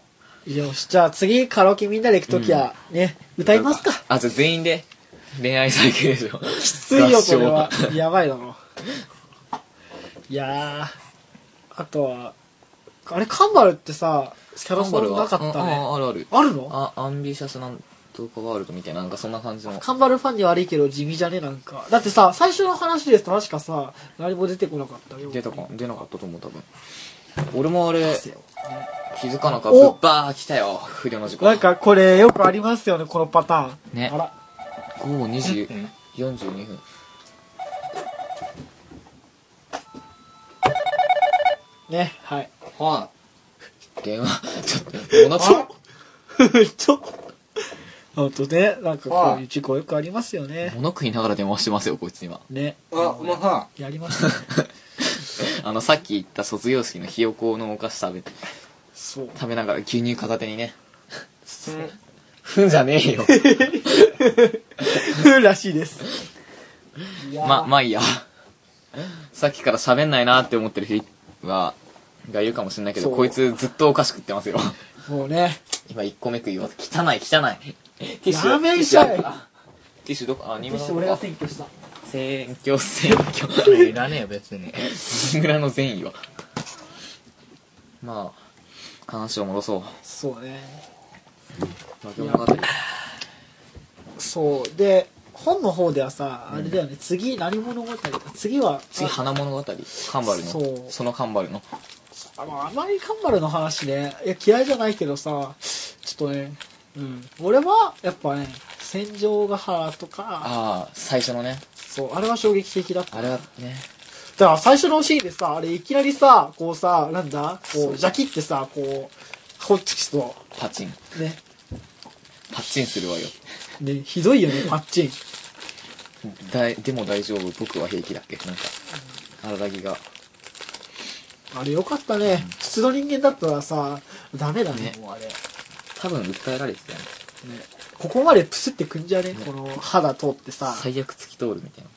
[SPEAKER 3] よし、じゃあ次カラオケみんなで行くときは、ね、歌いますか。
[SPEAKER 2] あ、じゃあ全員で恋愛サーキュレーション。き
[SPEAKER 3] きついよ、これは。やばいだろ。いやー、あとは、あれ、カンバルってさ、キャラソンなかった
[SPEAKER 2] あ
[SPEAKER 3] ね。
[SPEAKER 2] ああるある。
[SPEAKER 3] あるの
[SPEAKER 2] あ、アンビシャスなんとかワールドみたいな、なんかそんな感じの。
[SPEAKER 3] カンバルファンに悪いけど地味じゃねなんか。だってさ、最初の話ですと確かさ、何も出てこなかったよ。
[SPEAKER 2] 出たか、出なかったと思う、多分。俺もあれ、気づかなかった。
[SPEAKER 3] お
[SPEAKER 2] バー来たよ、不良の事故。
[SPEAKER 3] なんかこれよくありますよね、このパターン。
[SPEAKER 2] ね
[SPEAKER 3] あら。
[SPEAKER 2] 午後2時42分
[SPEAKER 3] ね、はい。
[SPEAKER 1] は
[SPEAKER 2] 電話 (laughs) ちょっともう夏
[SPEAKER 3] ちょっと。ほんとね、なんかこういう事故よくありますよね。
[SPEAKER 2] 物食いながら電話してますよこいつ今
[SPEAKER 3] ね。
[SPEAKER 1] い。あ、うまは。
[SPEAKER 3] やり
[SPEAKER 2] (laughs)
[SPEAKER 3] ましたね。
[SPEAKER 2] あのさっき言った卒業式のひよこのお菓子食べ
[SPEAKER 3] そう。
[SPEAKER 2] 食べながら牛乳片手にね
[SPEAKER 1] うん
[SPEAKER 2] (laughs) ふんじゃねえよ
[SPEAKER 3] らしいです。いやー
[SPEAKER 2] ままあいいや (laughs) さっきから喋んないなって思ってる人はがいるかもしれないけど
[SPEAKER 3] そう
[SPEAKER 2] こいつずっとお菓子食ってますよ
[SPEAKER 3] もうね。
[SPEAKER 2] (laughs) 今1個目食い終わった汚い汚いティッシュ
[SPEAKER 3] やめん
[SPEAKER 2] ティッ
[SPEAKER 3] し
[SPEAKER 2] シュ
[SPEAKER 3] ゃい
[SPEAKER 2] あるかティッシュどこあ二
[SPEAKER 3] そ
[SPEAKER 2] 番
[SPEAKER 3] して俺が選挙した。
[SPEAKER 2] 選挙選挙
[SPEAKER 1] いらねえよ、別に。
[SPEAKER 2] 村の善意はまあ話を戻そう
[SPEAKER 3] そうね。
[SPEAKER 2] 化け物語
[SPEAKER 3] そう。で、本の方ではさ、あれだよね、次何物語か、次は、
[SPEAKER 2] 次
[SPEAKER 3] あ
[SPEAKER 2] 花物語カンバルの
[SPEAKER 3] そ
[SPEAKER 2] そうのカンバルの
[SPEAKER 3] あの、あまりカンバルの話ね、いや、嫌いじゃないけどさ、ちょっとね、うん。俺は、やっぱね、戦場ヶ原とか、
[SPEAKER 2] ああ最初のね
[SPEAKER 3] そう、あれは衝撃的だった。
[SPEAKER 2] あれはね
[SPEAKER 3] だから最初のシーンでさ、あれいきなりさ、こうさ、なんだこう、ジャキってさ、こう、ホッチキスと、
[SPEAKER 2] パチン
[SPEAKER 3] ね、
[SPEAKER 2] パチンするわよ
[SPEAKER 3] ね、ひどいよね、パッチン。
[SPEAKER 2] だいでも大丈夫僕は平気だっけなんか荒木が
[SPEAKER 3] あれよかったね。普通の人間だったらさ、ダメだね
[SPEAKER 2] ね、
[SPEAKER 3] もうあれ。ね。
[SPEAKER 2] 多分訴えられてたよね
[SPEAKER 3] ここまでプスってくんじゃねこの肌通ってさ。
[SPEAKER 2] 最悪突き通るみたいな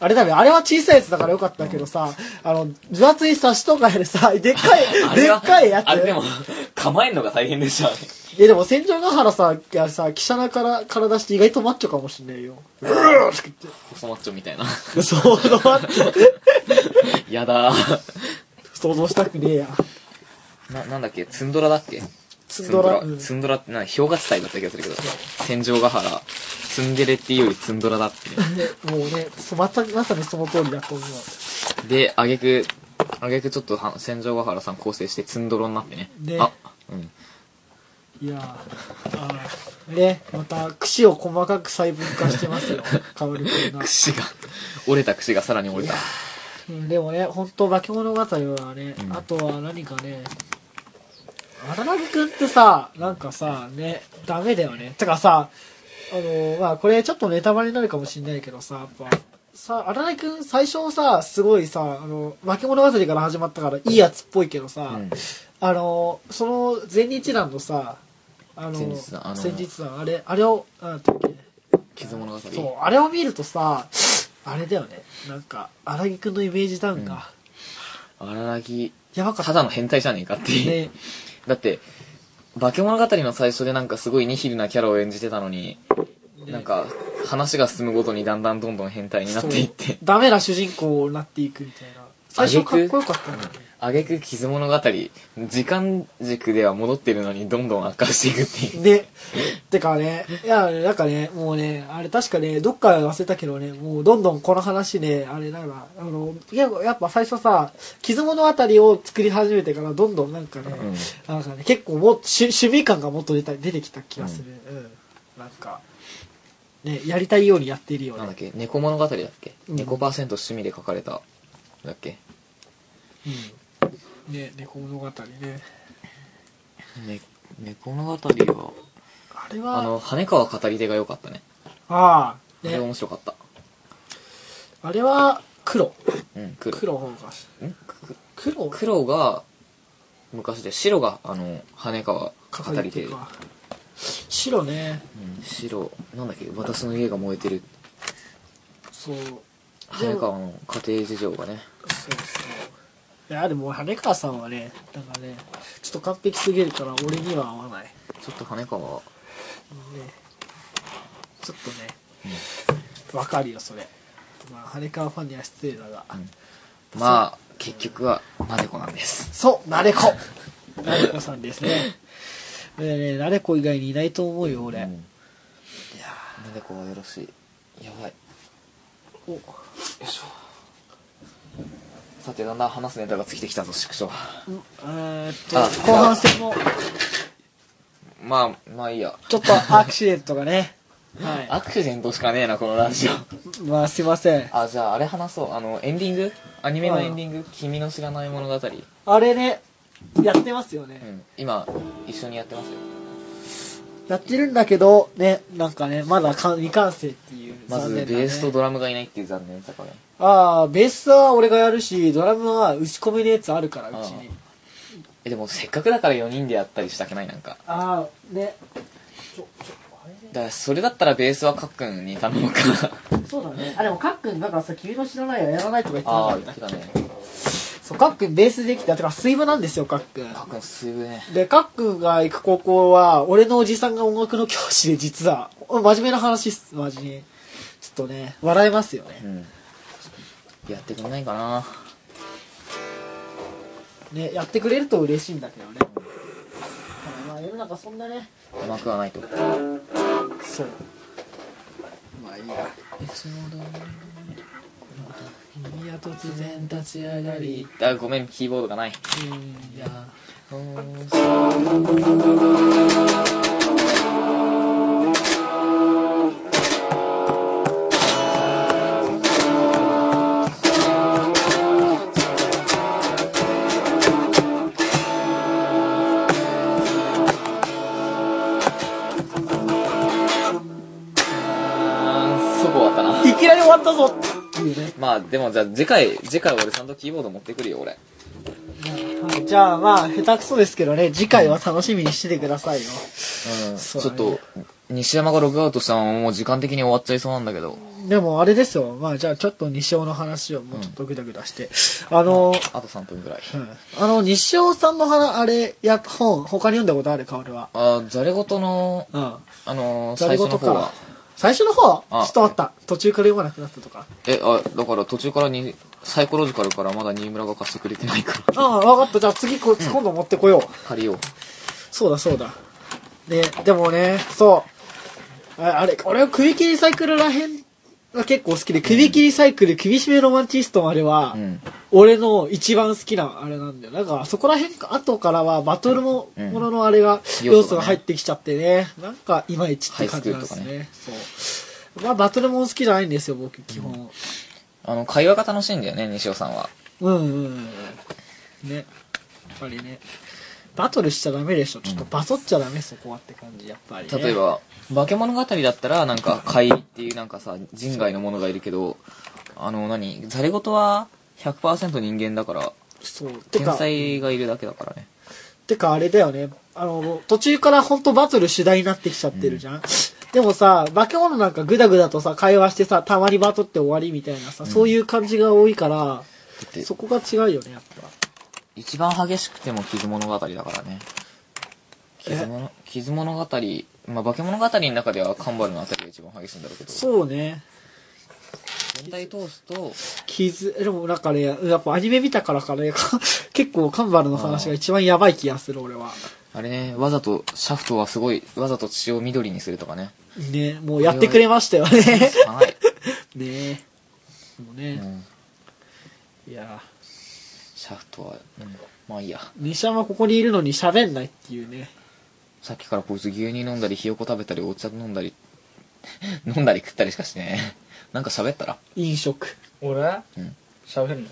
[SPEAKER 3] あれだね、あれは小さいやつだからよかったけどさ、あの、分厚いサシとかで (laughs) さ、でっかい、でっかいやつ。
[SPEAKER 2] あれでも構えんのが大変でした
[SPEAKER 3] え、でも、戦場ヶ原さ、がさ、貴者なから体して意外とマッチョかもしんないよ。うーって言っ
[SPEAKER 2] 細マッチョみた
[SPEAKER 3] (laughs)
[SPEAKER 2] いな
[SPEAKER 3] て。そう、マッチョ。
[SPEAKER 2] やだー
[SPEAKER 3] 想像したくねえや。
[SPEAKER 2] ななんだっけツンドラだっけ
[SPEAKER 3] ツンドラ。
[SPEAKER 2] ツン
[SPEAKER 3] う
[SPEAKER 2] ドラ
[SPEAKER 3] ん
[SPEAKER 2] ツンドラってな、氷河地帯だった気がするけど、戦場ヶ原、ツンデレっていうよりツンドラだって、ね。
[SPEAKER 3] ねもうね、そまさまさにその通りだと思う。
[SPEAKER 2] で、あげく、あげくちょっとは戦場ヶ原さん構成してツンドロになってね。
[SPEAKER 3] で
[SPEAKER 2] あ、うん。 (laughs)
[SPEAKER 3] いやーあーね、また、櫛を細かく細分化してますよ。カオル君が。
[SPEAKER 2] 櫛が、折れた櫛がさらに折れた。
[SPEAKER 3] うんでもね、本当化け物語はね、
[SPEAKER 2] うん
[SPEAKER 3] あとは何かね、荒木くんってさ、なんかさ、ね、ダメだよね。てかさ、あのまあこれちょっとネタバレになるかもしんないけどさ、やっぱ、さ、荒木くん最初さ、すごいさ、あの、化け物語から始まったからいいやつっぽいけどさ、
[SPEAKER 2] うん
[SPEAKER 3] あのその前日談のさ、あの、
[SPEAKER 2] 前日談あの
[SPEAKER 3] 前日談あれ、あれを、なんだっけ、
[SPEAKER 2] 傷物語。
[SPEAKER 3] そう、あれを見るとさ、あれだよね。なんか、荒木くんのイメージダウンが、
[SPEAKER 2] うん荒木、
[SPEAKER 3] やばかっ
[SPEAKER 2] た
[SPEAKER 3] たね。
[SPEAKER 2] だの変態じゃねえかっていう。だって、化け物語の最初でなんかすごいニヒルなキャラを演じてたのに、
[SPEAKER 3] ね
[SPEAKER 2] なんか、話が進むごとにだんだんどんどん変態になっていって
[SPEAKER 3] そう。ダメな主人公になっていくみたいな。最初かっこよかったんだよね。
[SPEAKER 2] あげく傷物語、時間軸では戻ってるのにどんどん悪化していくっていう。
[SPEAKER 3] で、てかね、いや、なんかね、もうね、あれ確かね、どっか忘れたけどね、もうどんどんこの話ね、あれなんか、あの、いややっぱ最初さ、傷物語を作り始めてからどんどんなんかね、
[SPEAKER 2] うん
[SPEAKER 3] なんかね、結構もっと趣趣味感がもっと出た出てきた気がする。うん。なんか、ね、やりたいようにやっているよう
[SPEAKER 2] なんだっ
[SPEAKER 3] な。
[SPEAKER 2] け猫物語だっけ、
[SPEAKER 3] うん
[SPEAKER 2] 猫パーセント趣味で書かれた、だっけ
[SPEAKER 3] うん。ね、猫物語ね。
[SPEAKER 2] ね、猫物語は、
[SPEAKER 3] あれは、
[SPEAKER 2] あの、羽川語り手が良かったね。
[SPEAKER 3] ああ、
[SPEAKER 2] あれ
[SPEAKER 3] ね、
[SPEAKER 2] 面白かった。
[SPEAKER 3] あれは黒。
[SPEAKER 2] うん、黒。
[SPEAKER 3] 黒の方が。
[SPEAKER 2] んく
[SPEAKER 3] 黒
[SPEAKER 2] 黒が、昔で、白が、あの、羽川語
[SPEAKER 3] 語
[SPEAKER 2] り
[SPEAKER 3] り
[SPEAKER 2] 手。
[SPEAKER 3] 手
[SPEAKER 2] うん
[SPEAKER 3] か。白ね。
[SPEAKER 2] 白、なんだっけ私の家が燃えてる。
[SPEAKER 3] そう。
[SPEAKER 2] 早川の家庭事情がね
[SPEAKER 3] そうそう。いや、でも羽川さんはね、だからね、ちょっと完璧すぎるから俺には合わない。ね、
[SPEAKER 2] ちょっと羽川は
[SPEAKER 3] ちょっとね、わ、かるよ、それ。まあ、羽川ファンには失礼だが。
[SPEAKER 2] まあ結局はなでこなんです
[SPEAKER 3] そう、なれこなれこさんですね。でね、なれこ以外にいないと思うよ、俺。
[SPEAKER 2] うんいやーなでこはよろしいやばい
[SPEAKER 3] お
[SPEAKER 2] さてだんだん話すネタが尽きてきたぞ縮小
[SPEAKER 3] うんえーっと、
[SPEAKER 2] あ
[SPEAKER 3] 後半戦も、
[SPEAKER 2] まあまあいいや
[SPEAKER 3] ちょっとアクシデントがね。は
[SPEAKER 2] アクセントしかねえなこのラジオ
[SPEAKER 3] い。まあ、すいません。
[SPEAKER 2] (laughs) あじゃああれ話そうあのエンディングアニメのエンディング「君の知らない物語」う
[SPEAKER 3] あれね、やってますよね。
[SPEAKER 2] ん今一緒にやってますよ
[SPEAKER 3] やってるんだけど、ね、なんかね、まだか未完成っていう。
[SPEAKER 2] まず
[SPEAKER 3] 残
[SPEAKER 2] ベ
[SPEAKER 3] 念なね
[SPEAKER 2] ースとドラムがいないっていう残念さこれ
[SPEAKER 3] ああ、ベースは俺がやるし、ドラムは打ち込めるやつあるから、うちに。
[SPEAKER 2] えでもせっかくだから4人でやったりしたくないなんか
[SPEAKER 3] ああ、ね。
[SPEAKER 2] だからそれだったらベースはかっくんに頼むか
[SPEAKER 3] そうだね。あ、でも、かっくん、なんかさ、君の知らないややらないとか言って
[SPEAKER 2] (laughs)
[SPEAKER 3] な
[SPEAKER 2] あ
[SPEAKER 3] か
[SPEAKER 2] あ
[SPEAKER 3] っ
[SPEAKER 2] 言
[SPEAKER 3] た
[SPEAKER 2] ってたね
[SPEAKER 3] そう、かっくんベースできた。てか、水部なんですよ、かっくん。
[SPEAKER 2] かっくんすぐね
[SPEAKER 3] で、かっくんが行く高校は、俺のおじさんが音楽の教師で、実は。真面目な話っす、マジに。ちょっとね、笑えますよね
[SPEAKER 2] う。んやってくんないかな
[SPEAKER 3] ね、やってくれると嬉しいんだけどね。まあ、世の中そんなね、
[SPEAKER 2] うまくはないと
[SPEAKER 3] そう。まあいいや。いや、突然立ち上がり。
[SPEAKER 2] あごめんキーボードがない
[SPEAKER 3] うん、いや。
[SPEAKER 2] あーそこ終わったない
[SPEAKER 3] きなり終わったぞっていうね。
[SPEAKER 2] まあでもじゃあ次回次回俺ちゃんとキーボード持ってくるよ俺
[SPEAKER 3] はいじゃあまあ、下手くそですけどね、次回は楽しみにしててくださいよ。
[SPEAKER 2] うん
[SPEAKER 3] そう
[SPEAKER 2] ち
[SPEAKER 3] だ
[SPEAKER 2] ょっ
[SPEAKER 3] ね
[SPEAKER 2] と西山がログアウトしたのももう時間的に終わっちゃいそうなんだけど
[SPEAKER 3] でもあれですよ。まあじゃあちょっと西尾の話をもうちょっとグダグダして。あの、
[SPEAKER 2] あと3分ぐらい
[SPEAKER 3] うんあの、西尾さんの話、あれ、や、本、他に読んだことあるか、俺は。
[SPEAKER 2] あーざれ言の
[SPEAKER 3] うん。
[SPEAKER 2] あのー
[SPEAKER 3] ざれ
[SPEAKER 2] 最
[SPEAKER 3] 言
[SPEAKER 2] 初の
[SPEAKER 3] か
[SPEAKER 2] 方は
[SPEAKER 3] 最初の方ちょ
[SPEAKER 2] あ
[SPEAKER 3] っとあった。途中から読まなくなったとか。
[SPEAKER 2] えあだから途中からにサイコロジカルからまだ新村が貸してくれてないから
[SPEAKER 3] ああ、わかった。じゃあ次こ、今度持ってこよう。
[SPEAKER 2] (laughs) 借りよう
[SPEAKER 3] そうだそうだ。で、でもね、そう。ああれ、俺は首切りサイクルらへんが結構好きで、首切りサイクル、首絞めロマンチストまでは、
[SPEAKER 2] うん
[SPEAKER 3] 俺の一番好きなあれなんだよ。だから、そこら辺か、後からはバトルも、
[SPEAKER 2] うん
[SPEAKER 3] もののあれが、
[SPEAKER 2] 要素がね
[SPEAKER 3] 要素が入ってきちゃってね、なんか、いまいちって感じなんです
[SPEAKER 2] ハ
[SPEAKER 3] ね。そう。まあ、バトルも好きじゃないんですよ、僕、基本。
[SPEAKER 2] あの会話が楽しいんだよね西尾さんは
[SPEAKER 3] うんうんうんうん。ね。やっぱりね。バトルしちゃダメでしょ。ちょっとバトっちゃダメ、そこはって感じ、やっぱり、ね。
[SPEAKER 2] 例えば「化け物語」だったらなんか怪異っていうなんかさ人外のものがいるけどあの何ざれ言は100%人間だから
[SPEAKER 3] そう。て
[SPEAKER 2] 天
[SPEAKER 3] か、
[SPEAKER 2] 才がいるだけだからね
[SPEAKER 3] てかあれだよね。あの、途中からほんとバトル主題になってきちゃってるじゃん。でもさ、化け物なんかグダグダとさ、会話してさ、たまにバトって終わりみたいなさ、そういう感じが多いから、
[SPEAKER 2] だって
[SPEAKER 3] そこが違うよね、やっぱ。
[SPEAKER 2] 一番激しくても傷物語だからね傷物傷物語まあ化け物語の中ではカンバルのあたりが一番激しいんだろうけど
[SPEAKER 3] そうね。
[SPEAKER 2] 全体通すと
[SPEAKER 3] 傷、でもなんかね、やっぱアニメ見たからかね、 (laughs) か結構カンバルの話が一番やばい気がする、俺は。
[SPEAKER 2] あれねわざとシャフトはすごいわざと血を緑にするとかね
[SPEAKER 3] ね、もうやってくれましたよね。
[SPEAKER 2] はい、
[SPEAKER 3] ねもう
[SPEAKER 2] う
[SPEAKER 3] ね、
[SPEAKER 2] ん、
[SPEAKER 3] いや、
[SPEAKER 2] シャフトは、うん、まあいいや
[SPEAKER 3] 西山ここにいるのに喋んないっていうね。
[SPEAKER 2] さっきからこいつ牛乳飲んだりひよこ食べたりお茶飲んだり (laughs) 飲んだり食ったりしかしてねなんか喋ったら
[SPEAKER 3] 飲食。
[SPEAKER 1] 俺
[SPEAKER 2] うん
[SPEAKER 1] 喋るの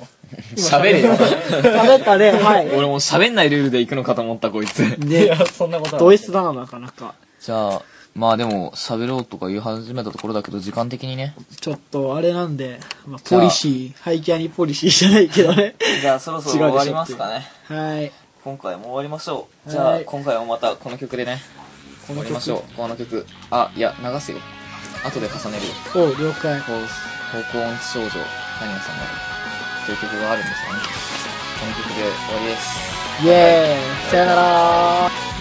[SPEAKER 2] 喋れよ
[SPEAKER 3] 食べたね、はい。
[SPEAKER 2] 俺もう喋んないルールで行くのかと思ったこいつ
[SPEAKER 1] い
[SPEAKER 3] ね
[SPEAKER 1] や、そんなことは
[SPEAKER 3] ド S だな、なかなか。
[SPEAKER 2] じゃあ、まあでも、喋ろうとか言い始めたところだけど、時間的にね。
[SPEAKER 3] ちょっと、あれなんで、まあ、
[SPEAKER 2] じゃ
[SPEAKER 3] ポ
[SPEAKER 2] あ
[SPEAKER 3] リシー、背景にポリシーじゃないけどね。
[SPEAKER 2] じゃあ、そろそ
[SPEAKER 3] 違うでしょ
[SPEAKER 2] ろ終わりますかね。
[SPEAKER 3] はい。
[SPEAKER 2] 今回も終わりましょう。
[SPEAKER 3] はい
[SPEAKER 2] じゃあ、今回はまたこの曲でね、
[SPEAKER 3] こ
[SPEAKER 2] 終わりましょう。この曲。あ、いや、流すよ。
[SPEAKER 3] う。
[SPEAKER 2] 後で重ねる
[SPEAKER 3] おう了解
[SPEAKER 2] 高高音少女何屋さんのという曲があるんですよねこの曲で終わりです
[SPEAKER 3] イエーイさよなら